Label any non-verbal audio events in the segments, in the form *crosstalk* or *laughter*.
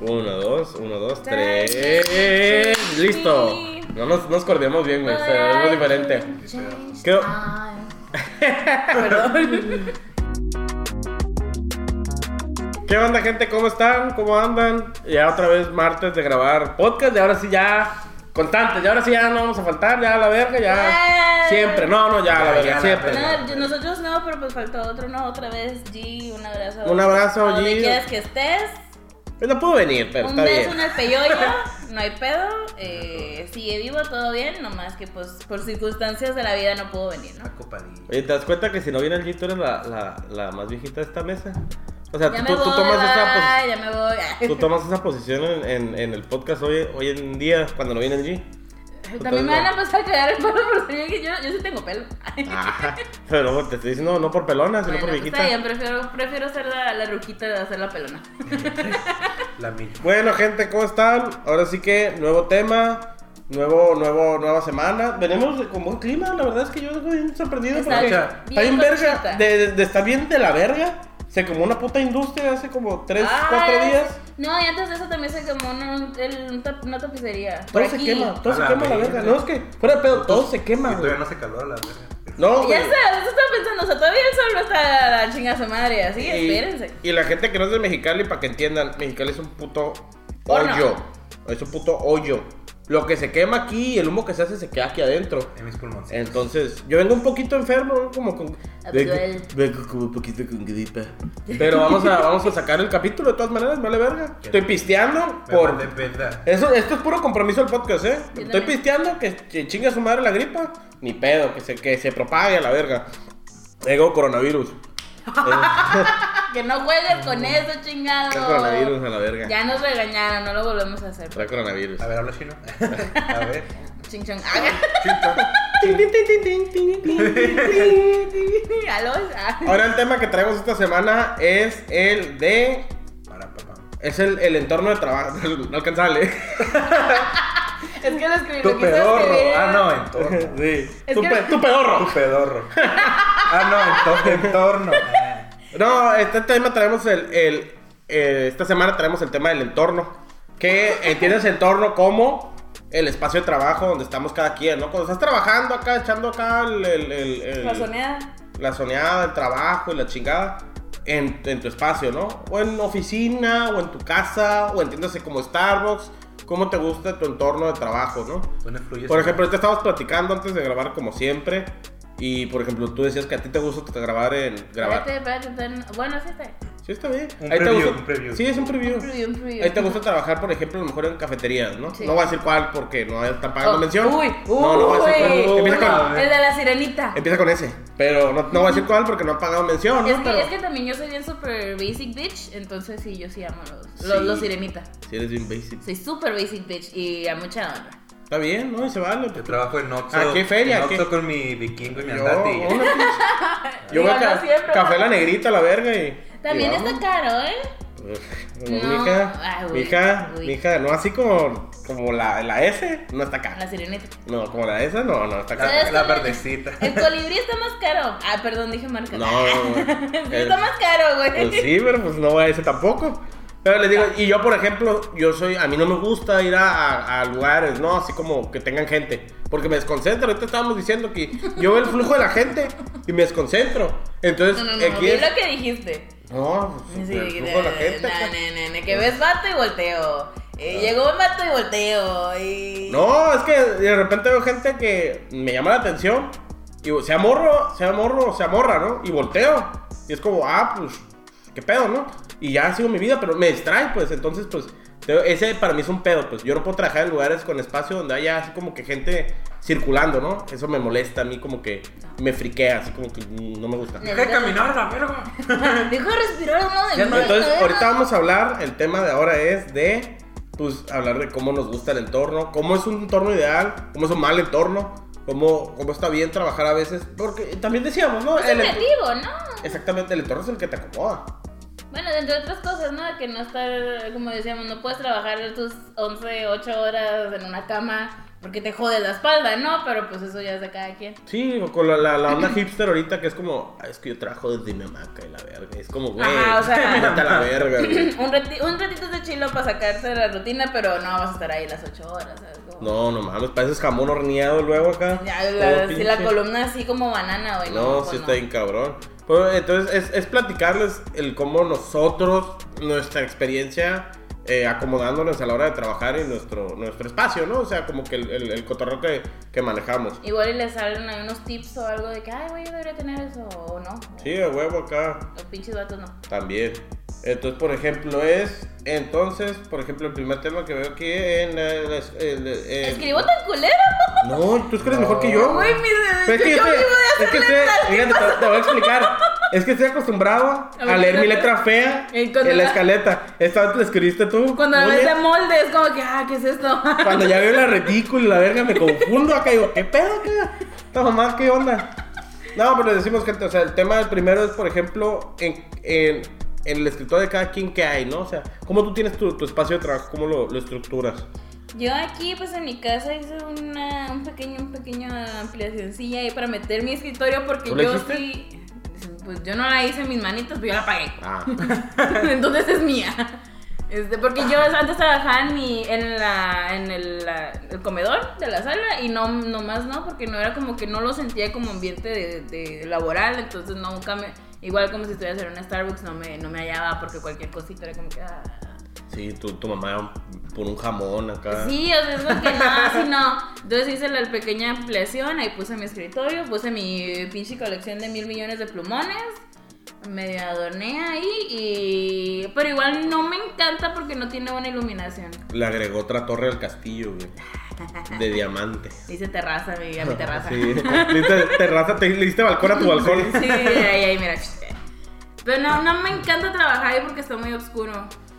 Uno, dos, uno, dos, tres. Listo. No nos, nos coordinamos bien, güey. Es diferente. Quedó. Ah. *laughs* Perdón. ¿Qué onda, gente? ¿Cómo están? ¿Cómo andan? Ya otra vez martes de grabar podcast. Y ahora sí ya constantes. Y ahora sí ya no vamos a faltar. Ya a la verga, ya. Ey. Siempre. No, no, ya a la Ya, verga, ya, siempre. No, yo- nosotros no, pero pues faltó otro, no, otra vez, G, un abrazo. Un abrazo, A Donde G. quieras que estés, Pues no pudo venir, pero un está beso bien. en el peyoyo, *laughs* no hay pedo, eh, sigue vivo, todo bien, nomás que pues por circunstancias de la vida no pudo venir, ¿no? Una copadilla. Oye, ¿te das cuenta que si no viene el G, tú eres la, la, la más viejita de esta mesa? O sea, Ya tú, me tú voy, tomas esta posición. bye, ya me *laughs* voy. Tú tomas esa posición en, en- en el podcast hoy, hoy en día, cuando no viene el G. También me van a empezar a cagar el pelo por ser que yo, yo sí tengo pelo. Ah, pero te estoy diciendo no por pelona, sino Bueno, por pues, viejita. está bien, prefiero, prefiero ser la, la ruquita de hacer la pelona. La misma. Bueno, gente, ¿cómo están? Ahora sí que nuevo tema, nuevo, nuevo, nueva semana. Venimos con buen clima, la verdad es que yo estoy bien sorprendido Está porque bien está bien verga, cosita. de, de- de- está bien de la verga. Se como una puta industria hace como 3, Ah, 4 días. No, y antes de eso también se quemó una, el- un tap- una tapicería. Todo Por se aquí. quema, todo A se la quema la verga. verga. No, es que fuera de pedo, todo se quema. Y todavía güey. no se caló a la verga. No, Ya güey. sé, eso estaba pensando, o sea, todavía el sol no está a la chinga su madre, así, Y- espérense. Y la gente que no es de Mexicali, para que entiendan, Mexicali es un puto Horno. hoyo. Es un puto hoyo. Lo que se quema aquí y el humo que se hace se queda aquí adentro. En mis pulmones. Entonces, yo vengo un poquito enfermo, como con. Vengo, Abduel. vengo como un poquito con gripa. Pero vamos a, vamos a sacar el capítulo de todas maneras, me vale verga. Estoy pisteando Me por. mandé peda. Eso, esto es puro compromiso del podcast, ¿eh? Yo Estoy también. pisteando que, que chinga su madre la gripa. Ni pedo, que se, que se propague a la verga. Tengo coronavirus. Ah, Que no juegues con eso, chingado. Trae coronavirus a la verga. Oh, Ya nos regañaron, no lo volvemos a hacer. Trae coronavirus. A ver, habla *laughs* chino. A ver. Ching chong. Ah, *laughs* Chito. aló, ah. Ahora el tema que traemos esta semana es el de... Para papá. Es el, el entorno de trabajo. *laughs* No alcanzable. Es que lo escribí. lo Tu quise pedorro. escribir. Ah, no, *laughs* entorno. Sí. Es Tu, que- pe- tu *laughs* pedorro. Tu pedorro. Ah, no, entorno. *laughs* entorno. Ah. No, este tema traemos el... el- eh, esta semana traemos el tema del entorno. Que entiendes entorno como el espacio de trabajo donde estamos cada quien, ¿no? Cuando estás trabajando acá, echando acá el... el- el- el- La soneada. la zoneada, el trabajo y la chingada en, en tu espacio, ¿no? O en oficina, o en tu casa, o entiéndase como Starbucks, cómo te gusta tu entorno de trabajo, ¿no? ¿Dónde fluyes? Por ejemplo, te estábamos platicando antes de grabar como siempre. Y por ejemplo, tú decías que a ti te gusta t- grabar en. Espérate, grabar. espérate. espérate. Bueno, sí está. Sí, está bien. Un te preview, gusta- un preview. Sí, es un preview. Un preview, un preview. Ahí te gusta trabajar, por ejemplo, a lo mejor en cafeterías, ¿no? Sí. No voy a decir cuál porque no están pagando Oh, mención. Uy, uy. no, no voy a decir cuál. uy. Empieza con, No, El de la sirenita. empieza con ese. Pero no, no voy a decir cuál porque no han pagado mención, ¿no? Es que, Pero- es que también yo soy bien super basic bitch, entonces sí, yo sí amo los, los, Sí. los sirenitas. Si eres bien basic. Soy super basic bitch y a mucha honra. Está bien, ¿no? Y se vale. Yo pues. trabajo en Oxxo. Ah, ¿qué feria? En ¿Qué? Oxxo con mi vikingo y mi Yo, *laughs* andati. una pinche- yo Digo, voy a ca- no siempre, café ¿no? la negrita, la verga y. También y está vamos. caro, ¿eh? Ugh, No, Mija, ay, uy, mija, uy. mija, no así como, como la, la S, no está La acá. sirenita. No, como la S, no, no está acá. La, ¿Sabes la cuál es? verdecita. El colibrí está más caro. Ah, perdón, dije marca. No, *laughs* Sí, el- está más caro, güey. Pues sí, pero pues no voy a ese tampoco. Pero les digo, y yo por ejemplo, yo soy, a mí no me gusta ir a, a- a lugares, ¿no? Así como que tengan gente. Porque me desconcentro. Ahorita estábamos diciendo que yo veo el flujo de la gente y me desconcentro. Entonces, *laughs* No, no, no. aquí vi es- lo que dijiste. No, Sí, pues, sí, el sí, flujo de la gente. na, acá. na, na, na, que ves vato y volteo. Eh, Llegó un vato y volteo. Y... No, es que de repente veo gente que me llama la atención. Y se amorro, se amorro, se amorra, ¿no? Y volteo. Y es como, ah, pues, qué pedo, ¿no? Y ya sigo mi vida, pero me distrae, pues. Entonces, pues, te- ese para mí es un pedo, pues. Yo no puedo trabajar en lugares con espacio donde haya así como que gente circulando, ¿no? Eso me molesta a mí, como que me friquea, así como que mm, no me gusta. Deja de caminar a la verga. Deja de respirar uno de ¿eh? Ya, nuevo. Entonces, ahorita vamos a hablar, el tema de ahora es de, pues, hablar de cómo nos gusta el entorno, cómo es un entorno ideal, cómo es un mal entorno, cómo, cómo está bien trabajar a veces, porque también decíamos, ¿no? Pues Es El ent- objetivo, ¿no? exactamente, el entorno es el que te acomoda. Bueno, dentro de otras cosas, ¿no? Que no estar, como decíamos, no puedes trabajar tus 11, 8 horas en una cama Porque te jodes la espalda, ¿no? Pero pues eso ya es de cada quien. *clears throat* Sí, o con la, la, la onda hipster ahorita que es como, "Ah, es que yo trabajo desde Dinamarca y la verga. Es como, güey, Ajá, o sea- *laughs* vete a la verga, güey. un, rati- un ratito de chilo para sacarse de la rutina, pero no vas a estar ahí las 8 horas, ¿sabes? Como- No, no mames, pareces jamón horneado luego acá. Ya, la, Todo sí, la pinche. columna así como banana, güey. No, pues sí está bien cabrón. Pero, entonces, es, es platicarles el cómo nosotros, nuestra experiencia, eh, acomodándonos a la hora de trabajar en nuestro, nuestro espacio, ¿no? O sea, como que el, el, el cotorreo que, que manejamos. Igual y le salen ahí unos tips o algo de que, ay, güey, yo debería tener eso o no. Sí, de huevo acá Los pinches vatos no. también. Entonces, por ejemplo, es. Entonces, por ejemplo, el primer tema que veo aquí en. la- en la- en la- en- Escribo tan culero, No, tú escribes mejor que yo. No, güey, Pero mis. es que yo yo estoy- vivo de es que estoy- fíjate, te, te voy a explicar. Es que estoy acostumbrado A ver, a leer mi espérate. letra fea Eh, cuando en la la- escaleta. Esta vez la escribiste tú. Cuando la ¿no, ves de Lia? molde es como que, ah, ¿qué es esto? *laughs* Cuando ya veo la retícula y la verga me confundo acá digo, ¿qué pedo acá? Esta mamá, ¿qué onda? No, pero decimos gente, o sea, el tema del primero es, por ejemplo, en, en- en el escritorio de cada quien que hay, ¿no? O sea, ¿cómo tú tienes tu, tu espacio de trabajo? ¿Cómo lo, lo estructuras? Yo aquí, pues en mi casa hice una un pequeño, un pequeño ampliacioncilla ahí para meter mi escritorio porque ¿Tú la yo hiciste? sí. Pues yo no la hice en mis manitos, pero yo la pagué. *laughs* Ah, Entonces es mía. Este, porque yo antes trabajaba en, mi, en, la, en el, la- el comedor de la sala y no, nomás no, porque no era como que no lo sentía como ambiente de, de laboral, entonces nunca me... Igual como si estuviera en una Starbucks no me, no me hallaba porque cualquier cosita era como que... ah. sí, tu, tu mamá por un jamón acá. Sí, o sea, es como que no, así no. Entonces hice la pequeña ampliación, ahí puse mi escritorio, puse mi pinche colección de mil millones de plumones. Medio adorné ahí y... Pero igual no me encanta porque no tiene buena iluminación. Le agregó otra torre al castillo, güey. *laughs* De diamante. Dice terraza, mi, a mi *laughs* terraza. Sí. *laughs* Le diste terraza, te, le diste balcón a tu balcón. Sí, ahí, ahí, mira. Pero no, no me encanta trabajar ahí porque está muy oscuro.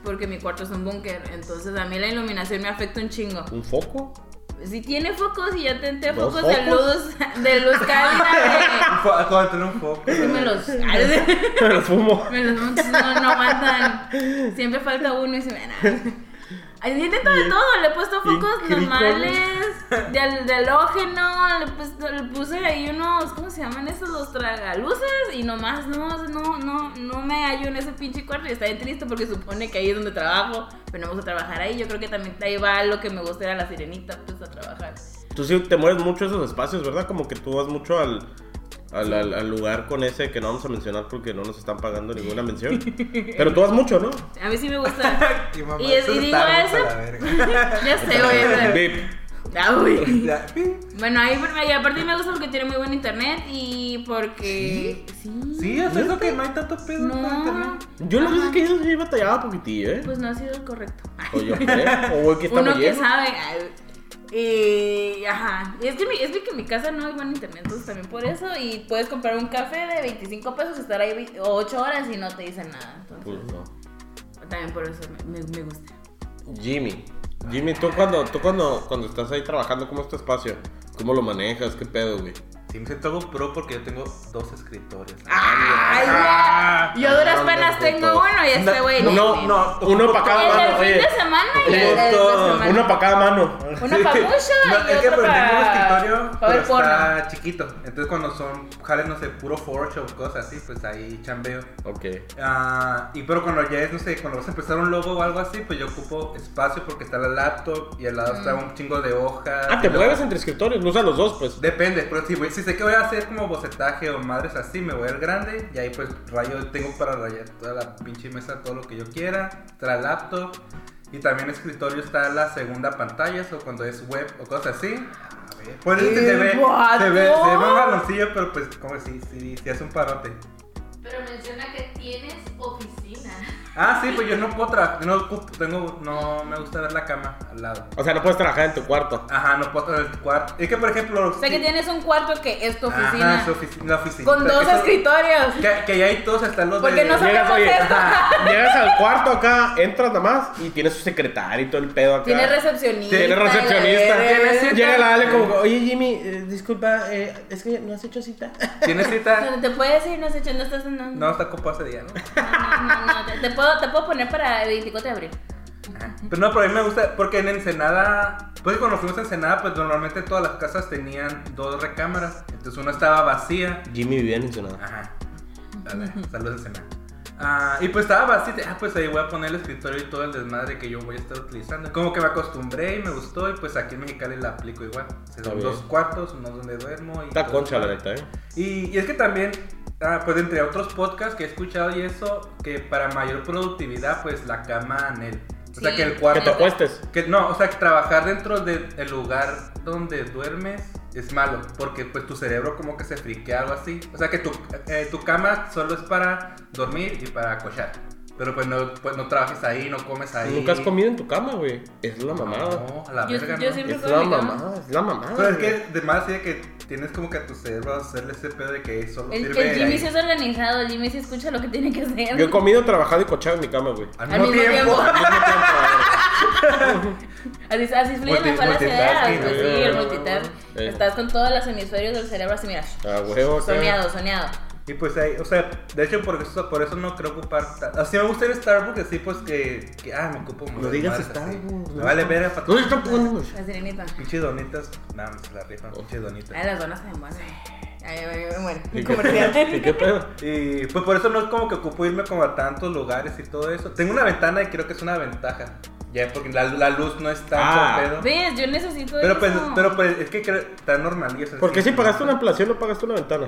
Porque mi cuarto es un búnker. Entonces a mí la iluminación me afecta un chingo. ¿Un foco? *laughs* Si tiene focos y ya tenté ¿Dos focos, de focos? luz, de luz *laughs* cálida. Un fo- acabo de tener un foco. de- sí me los. *laughs* Me Me lo fumo. los no, no aguantan. Siempre falta uno y se me. Ay, Intento de todo, le he puesto bien focos crico, normales, de, al- de halógeno, le, he puesto- le puse ahí unos, ¿cómo se llaman esos? Los tragaluces y nomás no, no, no, no me hallo en ese pinche cuarto y está bien triste porque supone que ahí es donde trabajo, pero no me gusta trabajar ahí, yo creo que también ahí va lo que me gusta era la sirenita, pues a trabajar. Tú sí te mueves mucho esos espacios, ¿verdad? Como que tú vas mucho al, al, al- al lugar con ese que no vamos a mencionar porque no nos están pagando ninguna mención. Pero tú vas mucho, ¿no? A mí sí me *laughs* gusta. Y, mamá, Y es- eso y es digo Starbucks a eso. la verga. *laughs* ya sé, güey. o sea, Vip. ah, güey. Ya, pi. Bueno, ahí por- ahí aparte me gusta porque tiene muy buen internet y porque... Sí. Sí, es eso que no hay tanto pedo con No, internet. Yo las veces que he ido sí he batallado poquitillo, ¿eh? pues no ha sido el correcto. O yo creo. O güey, que está Uno muy que lleno. sabe. ay, Y ajá. Y es que, mi, es que en mi casa no hay buen internet, entonces también por eso. Y puedes comprar un café de 25 pesos, estar ahí vi- ocho horas y no te dicen nada. Entonces, Pues no. también por eso me, me- me gusta. Jimmy. Jimmy, tú cuando, tú cuando, cuando estás ahí trabajando, ¿cómo es tu espacio? ¿Cómo lo manejas? ¿Qué pedo, güey? Sí, me siento algo pro porque yo tengo dos escritorios. Ay, Ah, güey. Yo a duras no, penas no, tengo no. uno y este güey. ni- No, ni- no, uno para cada El del mano. fin Oye, de semana y el Tengo del de todo. semana. uno para cada mano. Uno para mucho No, y es que otro pero tengo un para escritorio, pa pero ver porno. está chiquito. Entonces cuando son jales, no sé, puro Forge o cosas así, pues ahí chambeo. Ok. Ah, y pero cuando ya es, no sé, cuando vas a empezar un logo o algo así, pues yo ocupo espacio porque está la laptop y al lado está Mm. un chingo de hojas. Ah, te y luego- mueves entre escritorios, no usas los dos, pues. Depende, pero si, voy- si sé que voy a hacer como bocetaje o madres así, me voy al grande y ahí pues rayo, tengo para rayar toda la pinche mesa, todo lo que yo quiera, trae laptop y también escritorio está la segunda pantalla, o cuando es web o cosas así. A ver, Pues ¡Qué se ve, se ve, guapo! se ve un baloncillo, pero pues como si, si, si hace un parote. Pero menciona que tienes oficina. Ah, sí, pues yo no puedo trabajar, no, ocupo- tengo, no me gusta ver la cama al lado. O sea, no puedes trabajar en tu cuarto. Ajá, no puedo traer el cuarto. Es que por ejemplo... O sea que tienes un cuarto que es tu oficina. Ajá, su ofici- la oficina. con dos que son- escritorios. Que, que ya ahí todos están los Porque de... no Llegas, sabemos oye, esto. Llegas *laughs* al cuarto acá, entras nada más y tienes su secretario y todo el pedo acá. Tiene recepcionista. Tiene la verga. recepcionista. cita. Llega la Ale como, oye Jimmy, eh, disculpa, eh, es que no has hecho cita. ¿Tienes *laughs* cita? Donde te puedes ir, no sé, no estás en. No, No, está ocupado ese día, ¿no? no, no, no, Te, te Pues puedo, te puedo poner para el 24 de abril. Pero no, pero a mí me gusta, porque en Ensenada Pues cuando fuimos a cenar, pues normalmente todas las casas tenían dos recámaras. Entonces una estaba vacía. *laughs* Jimmy vivía en Ensenada. Ajá. Dale, saludos a cenar. Ah, y pues estaba vacía. Ah, pues ahí voy a poner el escritorio y todo el desmadre que yo voy a estar utilizando. Como que me acostumbré y me gustó. Y pues aquí en Mexicali la aplico igual. O sea, Está son bien. dos cuartos, uno donde duermo. Y Está todo. concha, la neta, ¿eh? Y, y es que también, ah, pues entre otros podcasts que he escuchado y eso, que para mayor productividad, pues la cama anhel. O sea, Sí. que el Que te cuarto... acuestes. Que no, o sea, que trabajar dentro del lugar donde duermes es malo, porque pues tu cerebro como que se friquea algo así. O sea, que tu, eh, tu cama solo es para dormir y para cochar. Pero pues no, pues no trabajes ahí, no comes ahí. Nunca has comido en tu cama, güey. Es la mamada. No, a la Yo- verga, yo no. siempre- Es como la en mi cama. mamada, es la mamada. Pero es güey. que además sí de que tienes como que a tu cerebro hacerle ese pedo de que solo El, sirve el Jimmy ahí. sí es organizado, el Jimmy sí escucha lo que tiene que hacer. Yo he comido, trabajado y cochado en mi cama, *laughs* güey. Al Al mismo mismo tiempo. tiempo. Al Así, así fluyen Multi- las malas ideas, multitasking, así, güey. el multitask. Eh. Estás con todos los hemisferios del cerebro así, mira, mismo tiempo, A ver. Ah, huevo, Pues, acá. soñado, soñado. Y pues ahí, o sea, de hecho por eso, por eso no creo ocupar. ta- Así me gusta el Starbucks, así pues que, que ah, me ocupo No digas madres, así. Starbucks, Me no. vale ver a ¿Dónde está poniendo? La sirenita. Pinche donitas, nada, no se la rifan, Oh. pinche Ay, donitas. las donas están buenas. Ay, ay, ay, bueno, ¿Y qué pedo? *laughs* ¿Y comercial. qué pedo? Y pues por eso no es como que ocupo irme como a tantos lugares y todo eso. Tengo una ventana y creo que es una ventaja. Ya, porque la, la luz no está Ah. tanto pedo. ¿Ves? Yo necesito Pero pues, eso. pero pues es que creo, está normal. y eso es ¿Por qué así. si pagaste una ampliación no pagaste una ventana?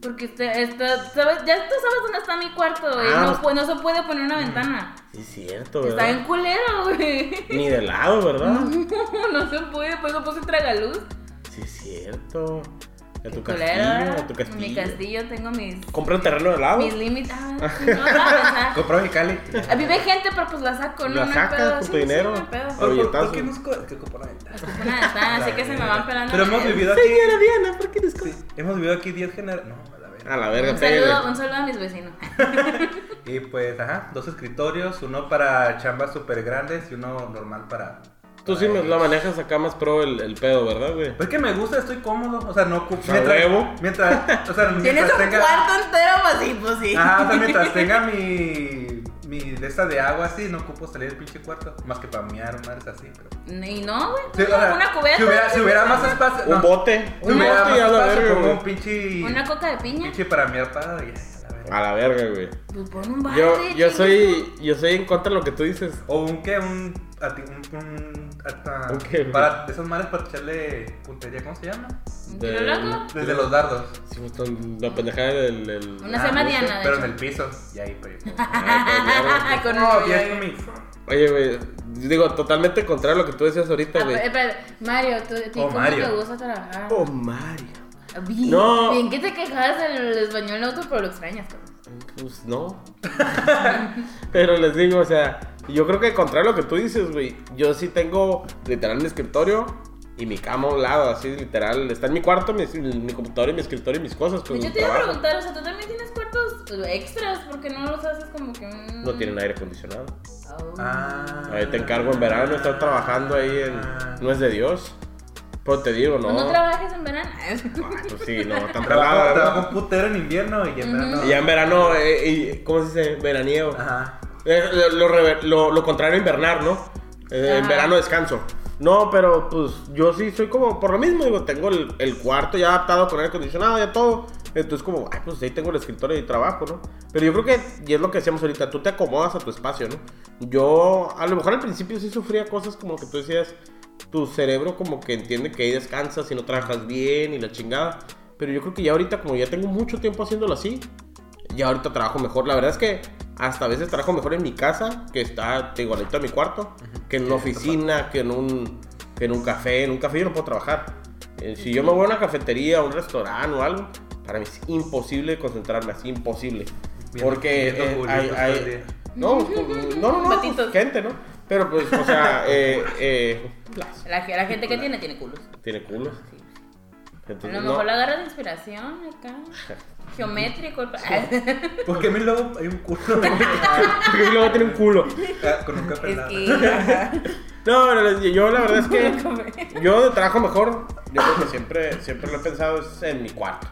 Porque este, esta- ¿sabes? ya tú sabes dónde está mi cuarto, güey. Ah. no, pu- no se puede poner una ventana. Sí, es cierto, Está ¿verdad? en culero, güey. *laughs* Ni de lado, ¿verdad? no se puede, por eso puse tragaluz. Sí, es cierto. A tu Qué culero, castillo, a tu ¿verdad? castillo. Mi castillo tengo mis, Compra un terreno de lado. mis límites. Ah, sí, no, ah, Compró *laughs* Mexicali. o sea, vive gente, pero pues la saco, ¿no? La No hay sacas pedo, con sí, tu sí, dinero. no hay pedo. Ah, ¿Por, por, Billetazo. por qué nos co- que compró la ventana? Es una *laughs* ventana, así Ah, que se me van pelando. Pero hemos las- vivido aquí. Diana, ¿por qué eres Sí, hemos vivido aquí 10 generaciones. No, a la verga. A la verga, Un saludo, pégale. un saludo a mis vecinos. Y pues, ajá, dos escritorios, uno para chambas súper grandes y uno normal para. Tú sí me la manejas acá más pro el, el pedo, ¿verdad, güey? Pues que me gusta, estoy cómodo, o sea, no ocupo. A huevo. mientras, *laughs* o sea, Tienes mientras un tenga. Ah. cuarto entero, pues sí, pues sí. Ajá, o sea, mientras tenga mi. Mi de esta de agua así, no ocupo salir del pinche cuarto. Más que para mear, madres así, pero. Y no, güey. Sí, o una, sea, una cubeta. Si hubiera, si hubiera más espacio. no, Un bote. Si Un bote hubiera más y a la espacio, verga, como un güey. pinche. Una coca de piña. pinche para mear para. Y, ay, a la verga. A la verga, güey. Pues pon un bar. Yo, yo soy, yo soy en contra de lo que tú dices. O un que, un. ati- Un. un ata- ¿Un qué, güey? para, de esas madres para echarle puntería, ¿cómo se llama? ¿Pero de- loco? Desde los dardos. Ah, Sí, pues, son la pendejada del... del- Ah, Una se llama no sé. Diana. de Pero en hecho. el piso. Y ahí, pues. *laughs* Ay, *laughs* Ah, Con no, un- ya es mi. *laughs* Oye, güey, digo, totalmente contrario a lo que tú decías ahorita, Ah, güey. pero- espérate, Mario, ¿tú, a ti Oh, ¿cómo Mario. te gusta trabajar? Oh, Mario. Bien, No. bien que te quejas del español neutro, pero lo extrañas. cabrón. Pues no. *laughs* Pero les digo, o sea, yo creo que contrario a lo que tú dices, güey, yo sí tengo literal mi escritorio y mi cama a un lado, así literal. Está en mi cuarto, mi, mi computador y mi escritorio y mis cosas. De Pues, hecho, mi te iba a trabajo. preguntar, o sea, ¿tú también tienes cuartos extras? Porque no los haces como que un... No tienen aire acondicionado. Oh. Ah. Ahí te encargo en verano, estar trabajando ahí en... No es de Dios. Pero te digo, no. Pues no trabajes en verano. Ah, pues sí, *laughs* no, tan Trabajo, pelada, trabajo ¿no? un putero en invierno y en verano. Y ya en verano, eh, y- ¿cómo se dice? Veraniego. Ajá. Eh, lo- lo, rever- lo- lo contrario a invernar, ¿no? Eh, en Ajá. verano descanso. No, pero pues yo sí soy como, por lo mismo, digo, tengo el, el cuarto ya adaptado con aire acondicionado, ya todo. Entonces como, ay, pues ahí tengo el escritorio y trabajo, ¿no? Pero yo creo que, y es lo que decíamos ahorita, tú te acomodas a tu espacio, ¿no? Yo a lo mejor al principio sí sufría cosas como que tú decías, tu cerebro como que entiende que ahí descansas y no trabajas bien y la chingada. Pero yo creo que ya ahorita, como ya tengo mucho tiempo haciéndolo así, ya ahorita trabajo mejor. La verdad es que hasta a veces trabajo mejor en mi casa, que está, te digo, ahorita en mi cuarto, que en una oficina, que en un, que en un café. En un café yo no puedo trabajar. Eh, si yo me voy a una cafetería, a un restaurante o algo, para mí es imposible concentrarme, así imposible. Viendo- Porque viendo eh, hay, burritos todo el hay, día. no, no, no, no, pues, Patitos. gente, ¿no? Pero pues, o *laughs* sea, eh, eh, las- La, la gente que tiene, tiene culos. tiene culos. A Entonces, lo no. mejor la agarras de inspiración acá. Geométrico. el- *laughs* Porque a mí luego hay un culo. Porque *laughs* luego tiene un culo. Ah, Con un café es helado. que... ajá. No, no, no, yo la verdad es que yo de trabajo mejor, yo creo que siempre, siempre lo he pensado es en mi cuarto.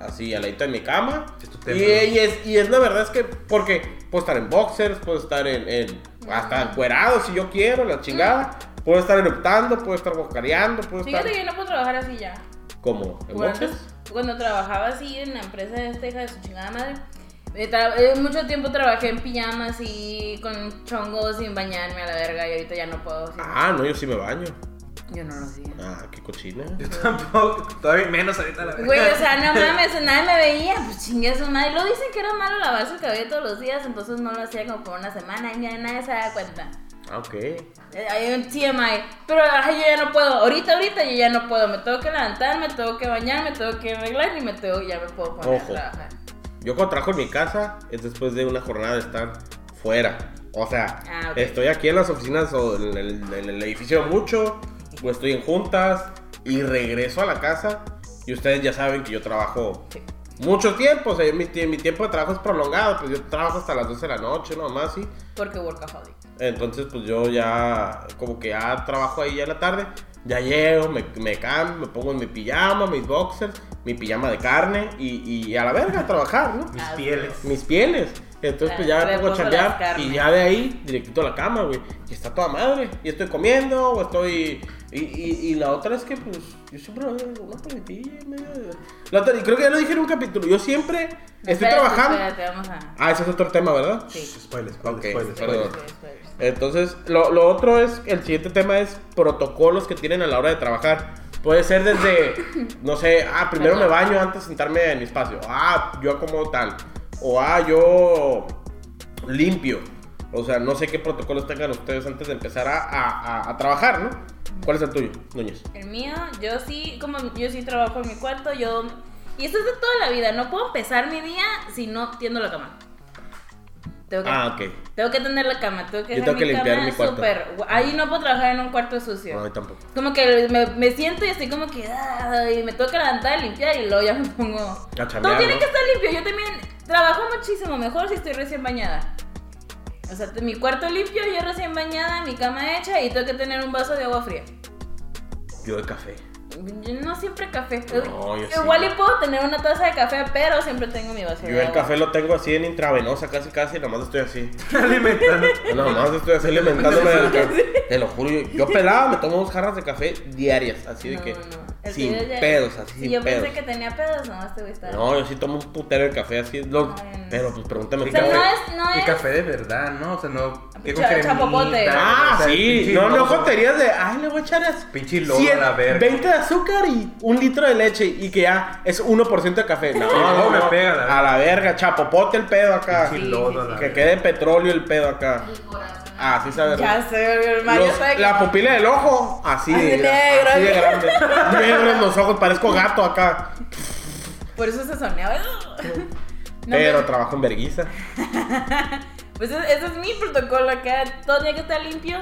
Así, al ladito de mi cama. Es tu Y, templo. y es, y es la verdad es que, porque puedo estar en boxers, puedo estar en, en- hasta encuerado si yo quiero, la chingada. Puedo estar eruptando, puedo estar guacareando, puedo estar. Fíjate que yo no puedo trabajar así ya. ¿Cómo? ¿En Bueno, boxes? antes, cuando trabajaba así en la empresa de esta hija de su chingada madre, eh, tra- eh, mucho tiempo trabajé en pijama así, con chongos, sin bañarme a la verga, y ahorita ya no puedo. sí. Ah, no, yo sí me baño. Yo no lo hacía. Ah, qué cochina. Yo tampoco, todavía menos ahorita la Güey, o sea, no mames, nadie me veía, pues chingue su madre. Lo dicen que era malo lavarse el cabello todos los días, entonces no lo hacía como por una semana y mira, nadie se da cuenta. Ah, ok. Eh, Hay un TMI, pero ay, yo ya no puedo, ahorita, ahorita yo ya no puedo, me tengo que levantar, me tengo que bañar, me tengo que arreglar y me tengo, ya me puedo poner Ojo. a trabajar. Yo cuando trabajo en mi casa es después de una jornada de estar fuera. O sea, Ah, ok. estoy aquí en las oficinas o en el, en el edificio mucho, o estoy en juntas y regreso a la casa. Y ustedes ya saben que yo trabajo Sí. mucho tiempo, o sea, mi, tie- mi tiempo de trabajo es prolongado, pues yo trabajo hasta las 12 de la noche, nomás, sí. Porque workaholic. Entonces, pues yo ya, como que ya trabajo ahí ya en la tarde, ya llego, me, me cambio, me pongo en mi pijama, mis boxers, mi pijama de carne y, y a la verga a trabajar, ¿no? Mis pieles. Mis pieles. Entonces, pues ya Claro, me le pongo a pongo las chambear y carnes. ya de ahí, directito a la cama, güey. Y está toda madre. Y estoy comiendo o estoy. Y, y- y la otra es que, pues, yo siempre hago una paletilla en medio de- La otra, y creo que ya lo dije en un capítulo. Yo siempre estoy Espérate, trabajando. Espérate, vamos a. Ah, ese es otro tema, ¿verdad? Sí. Spoilers, Ok, spoilers, perdón. spoilers. Entonces, lo, lo otro es, el siguiente tema es protocolos que tienen a la hora de trabajar. Puede ser desde, no sé, ah, primero me baño antes de sentarme en mi espacio. Ah, yo acomodo tal. O ah, yo limpio. O sea, no sé qué protocolos tengan ustedes antes de empezar a, a- a- a trabajar, ¿no? ¿Cuál es el tuyo, Núñez? El mío, yo sí, como yo sí trabajo en mi cuarto, yo. Y esto es de toda la vida. No puedo empezar mi día si no tiendo la cama. Tengo que, Ah, ok. tengo que tender la cama, tengo que Yo dejar tengo mi que limpiar cama mi cuarto. Ah. súper- Ahí no puedo trabajar en un cuarto sucio. No, yo tampoco. Como que me, me siento y estoy como que. ah, y me tengo que levantar, limpiar y luego ya me pongo. A chambear, Todo tiene ¿no? que estar limpio. Yo también trabajo muchísimo mejor si estoy recién bañada. O sea, mi cuarto limpio, yo recién bañada, mi cama hecha y tengo que tener un vaso de agua fría. Yo de café. Yo no siempre café. No, yo sí. Igual y puedo tener una taza de café, pero siempre tengo mi vaso Yo de el agua. café lo tengo así en intravenosa, casi, casi, nomás estoy así. *laughs* Alimentando. No, más estoy así alimentándome del *laughs* café. Te lo juro, yo, yo pelaba, me tomo dos jarras de café diarias, así de No, que. no. El Sin tuyo ya- pedos, así Si sin yo pedos. pensé que tenía pedos, no, este güey está. No, yo sí tomo un putero de café así. lo- Ay, no. pero pues pregúntame O qué sea, café. no es, no Y es. café de verdad, ¿no? O sea, no. que con Cha- cremita, chapopote. Ah, o sea, sí. pinche No, no lodo. joterías de. Ay, le voy a echar. as- Pinche lodo a cien- la verga. 20 de azúcar y un litro de leche y que ya es 1% de café. No, no, no, me no. pega, la A la verga, chapopote el pedo acá. Pinche Sí, lodo, la Que *laughs* verga. quede petróleo el pedo acá. El corazón. Ah, sí sabe. rico. Ya sé, hermano. Los- la pupila del ojo, así, Así de, negro. así de grande. *laughs* negro en los ojos, parezco gato acá. Por eso se soneaba. No, pero pues, trabajo en verguiza. pues ese ese es mi protocolo acá. Todo tiene que estar limpio.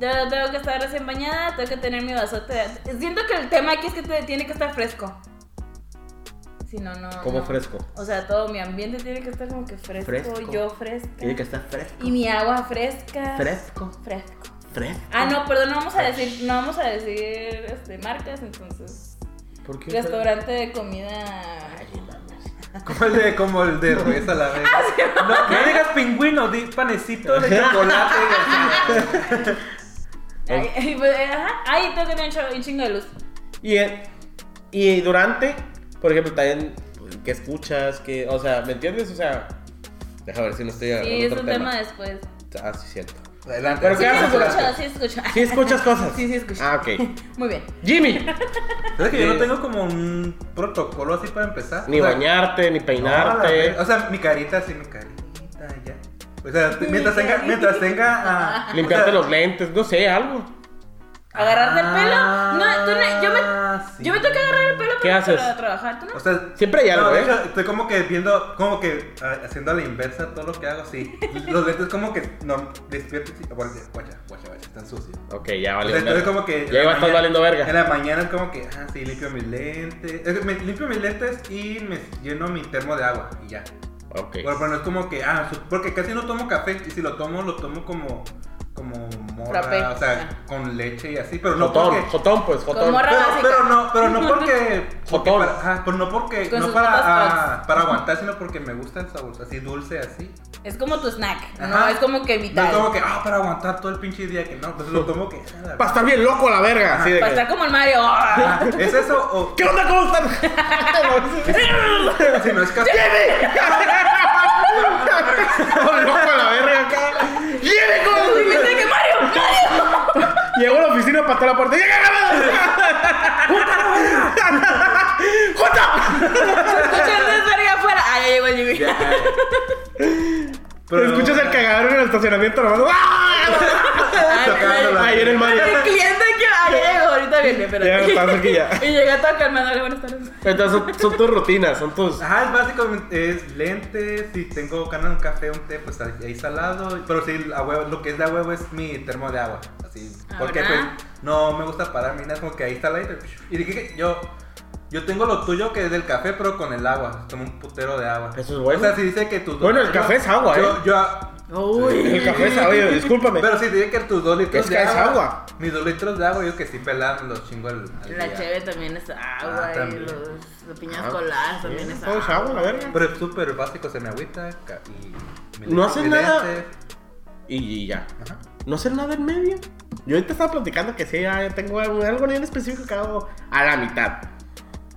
Yo tengo que estar recién bañada, tengo que tener mi vasote. de- Siento que el tema aquí es que te- tiene que estar fresco. Si no, no. ¿Cómo no. fresco? O sea, todo mi ambiente tiene que estar como que fresco, Fresco. yo fresca. estar fresco. Y mi agua fresca. Fresco. Fresco. Fresco. Ah, no, perdón, no vamos a decir, no vamos a decir este, marcas, entonces. ¿Por qué? Restaurante de comida. Ay, mames. Como el de, como el de Ruiz a la vez. Ah, No, no digas pingüino, di panecito *laughs* de chocolate. Ay, ay, pues, eh, ajá. Ay, tengo que tener un chorro- un chingo de luz. Y, en- y durante, por ejemplo, también, ¿qué escuchas? que O sea, ¿me entiendes? O sea, deja ver si no estoy agarrando Sí, es otro un tema después. Ah, sí, cierto. Adelante. Pero Sí, ¿qué haces escucho, durante? sí, escucho. ¿Sí escuchas cosas? Sí, sí, escucho. Ah, ok. *laughs* Muy bien. Jimmy, ¿Sabes que yo no tengo como un protocolo así para empezar? ni O sea, bañarte, ni no, a la peinarte. vez. o sea, mi carita sí, mi carita, ya. O sea, Mi mientras tenga, carita. mientras tenga. ah, Limpiarte o sea, los lentes, no sé, algo. Agarrarte el pelo. Ah, No, tú no- yo me, sí. yo me tengo que agarrar el pelo ¿Qué para, haces? para trabajar, ¿tú no? O sea, Siempre hay algo, no, de ¿eh? hecho, estoy como que viendo, como que ah, haciendo a la inversa todo lo que hago, sí. Los lentes como que no despierto, sí. Guacha, guacha, guacha, guacha, están sucios. Ok, ya O valió. sea, entonces verga. como que... Ya en la iba a estar mañana- valiendo verga. En la mañana es como que, ah, sí, limpio mis lentes. Es que me- limpio mis lentes y me lleno mi termo de agua y ya. Ok. Pero, pero no es como que, ah, su- porque casi no tomo café y si lo tomo, lo tomo como... Como morra, Frappé. o sea, con leche y así, pero no jotón, porque... jotón, pues, Con jotón. morra- Pero, básica. pero no, pero no *laughs* porque. porque Jotón. para- ajá, pero no porque. Con no sus para, papas ah, para aguantar, sino porque me gusta el sabor. Así dulce, así. Es como tu snack, ¿no? Ajá. Es como que No vital. es como que, ah, para aguantar todo el pinche día que no. Entonces lo tomo que. Para estar bien loco a la verga. Así de Para estar que, como el Mario. *laughs* Ah, ¿Es eso *laughs* o.? ¿Qué onda? ¿Cómo están? Si no es café. Todo loco a la verga acá. ¡Lleve Y con me dice que *laughs* Mario, Mario. Llegó a la oficina, pató la puerta. ¡Llega, *laughs* ¡Jota! Escuchando es verga afuera. Ah, ya llegó el Jimmy. *laughs* Ya. *laughs* Pero escuchas el cagadero en el estacionamiento, nomás. ¡ah! Ay, Tocando Ahí en el Mario. Ah, El cliente que ah, ya llegó, ahorita viene, pero. Ya, no pasa que ya. *laughs* Y llega todo calmado, le buenas tardes. Entonces son, son tus rutinas, son tus. Ajá, es básicamente es lentes, si tengo ganas de un café, un té, pues ahí salado. Pero sí, a huevo, lo que es de a huevo es mi termo de agua. Así. Ah, Porque pues ¿verdad? no me gusta pararme, nada, es como que ahí está el aire. Y dije que yo, yo tengo lo tuyo que es del café, pero con el agua. Tomo un putero de agua. Eso es bueno. O sea, si dice que tus dos- Bueno, el yo- café es agua, yo, ¿eh? Yo, Uy. El café sabio, discúlpame. pero sí, dije que tus dos litros Es de que es agua. agua. Mis dos litros de agua, yo que sí pelaban los chingos al, al La día. cheve también es agua Ah, y también. los, los piñas Ah, coladas también sí, es todo agua. es agua, la verga. Pero es súper básico, se me agüita ca- y... mi No lente- haces mi nada. lente. Y, y ya. Ajá. No hacer nada en medio. Yo ahorita estaba platicando que sí, ya tengo algo algo bien específico que hago a la mitad.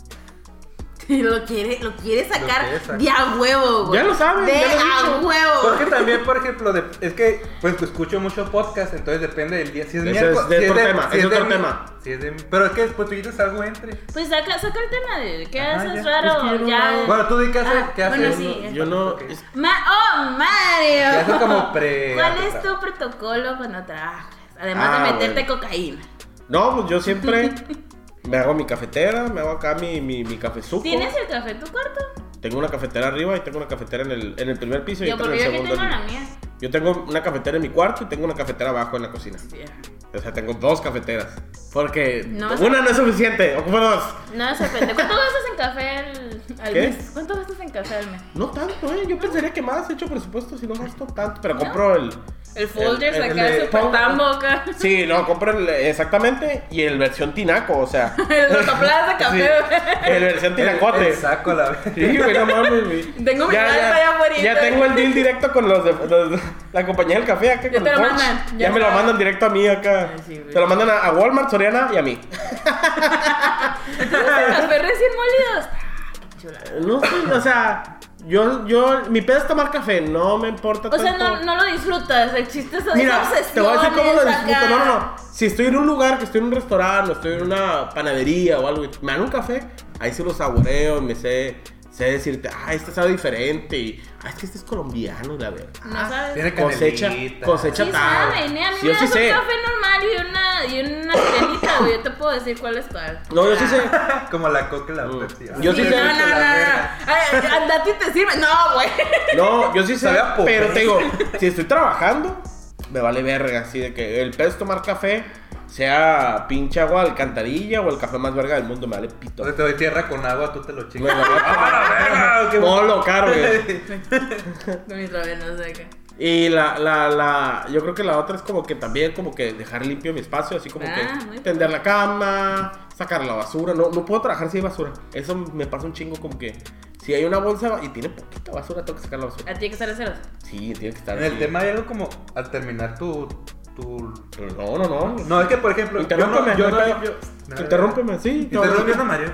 *laughs* Lo quiere, lo quiere sacar quiere sacar. de a huevo, güey. Ya lo saben, De ya lo he a dicho. huevo. Porque también, por ejemplo, de- es que pues escucho mucho podcast, entonces depende del día. Si es Ese es- miércoles, es si otro de- tema, si es otro de- tema. si es de- pero es que después tú dices algo entre. Pues saca, saca el tema de qué Ajá, haces ya. Es que raro, yo no ya. hago- Bueno, tú di qué haces, Ah, qué haces. bueno, sí, ¿no? Yo no. Ok. es- Ma- ¡Oh, Mario! Ya son como pre- ¿Cuál es tu protocolo cuando trabajas? Además Ah, de meterte cocaína. No, pues yo siempre *laughs* me hago mi cafetera, me hago acá mi, mi, mi cafezuco. ¿Tienes el café en tu cuarto? Tengo una cafetera arriba y tengo una cafetera en el, en el primer piso y Yo, otra en porque el yo aquí segundo. tengo la mía. Yo tengo una cafetera en mi cuarto y tengo una cafetera abajo en la cocina. Sí. O sea, tengo dos cafeteras. Porque No, es- una no es suficiente, ocupo dos. No, se ofende. ¿Cuánto gastas en café al, al ¿Qué? mes? ¿Cuánto gastas en café al mes? No tanto, eh. Yo pensaría que más, hecho presupuesto, si no gasto tanto. Pero compro el. El folder el- el saca de- el super pon- tambo acá. *laughs* Sí, no, compro el. Exactamente. Y el versión tinaco, o *laughs* sea. El rotoplas de Sí, café. *laughs* el versión El- tinacote. el saco a la vez. Sí, güey, no mames, güey. Tengo mi casa allá afuera. Ya tengo el deal directo con los de, los- la compañía del café acá. Ya con te lo Punch. mandan, Ya, ya me lo está. mandan directo a mí acá. Ay, sí, güey. te lo mandan a, a Walmart, Soriana y a mí. ¿Tienes el café recién molidos? Ah, qué chulada. Eh, No sé, o sea, yo, yo, mi pedo es tomar café, no me importa O sea, tanto. no, no lo disfrutas. El chiste es *laughs* esa pues, Mira, obsesión. te voy a decir cómo lo es disfruto. acá. No, no, no. Si estoy en un lugar, que estoy en un restaurante, o estoy en una panadería o algo, y me dan un café, ahí sí lo saboreo, me sé, sé decirte, ah, este sabe diferente, y, ah, es que este es colombiano, la verdad. No Ah, sabes. Tiene Cosecha, canelita. cosecha Sí tal. saben, ¿eh? A mí Sí, me yo sí das un sé. café normal y una, y una sirenita, güey. Yo te puedo decir cuál es cuál. No, yo sí *laughs* sé. *laughs* Como la coca y la Pepsi. Mm. Yo sí no, sé. no, no, no, no. Ay, ay, A ti te sirve. No, güey. *laughs* No, yo sí sé. Sabe a poco. Pero te digo, si estoy trabajando, me vale verga. Así de que el pedo es tomar café, sea pinche agua de alcantarilla o el café más verga del mundo, me vale pito. Entonces te doy tierra con agua, tú te lo chingas. Bueno, *laughs* ¡Ah, la verga! ¡Qué No lo cargues. Con mis rabenos de acá. Y la, la, la, yo creo que la otra es como que también, como que dejar limpio mi espacio, así como Ah, muy que bien. tender la cama, sacar la basura. No, no puedo trabajar si hay basura. Eso me pasa un chingo, como que si hay una bolsa y tiene poquita basura, tengo que sacar la basura. A ti hay que estar en ceros. Sí, tiene que estar. *laughs* En el así. tema hay algo como al terminar tu... tu... Pero No, no, no. No, es que por ejemplo... yo no- Interrúmpeme, yo no no- hay pedo. yo- Interrúmpeme, sí. no, no, Interrumpiendo no. Mario.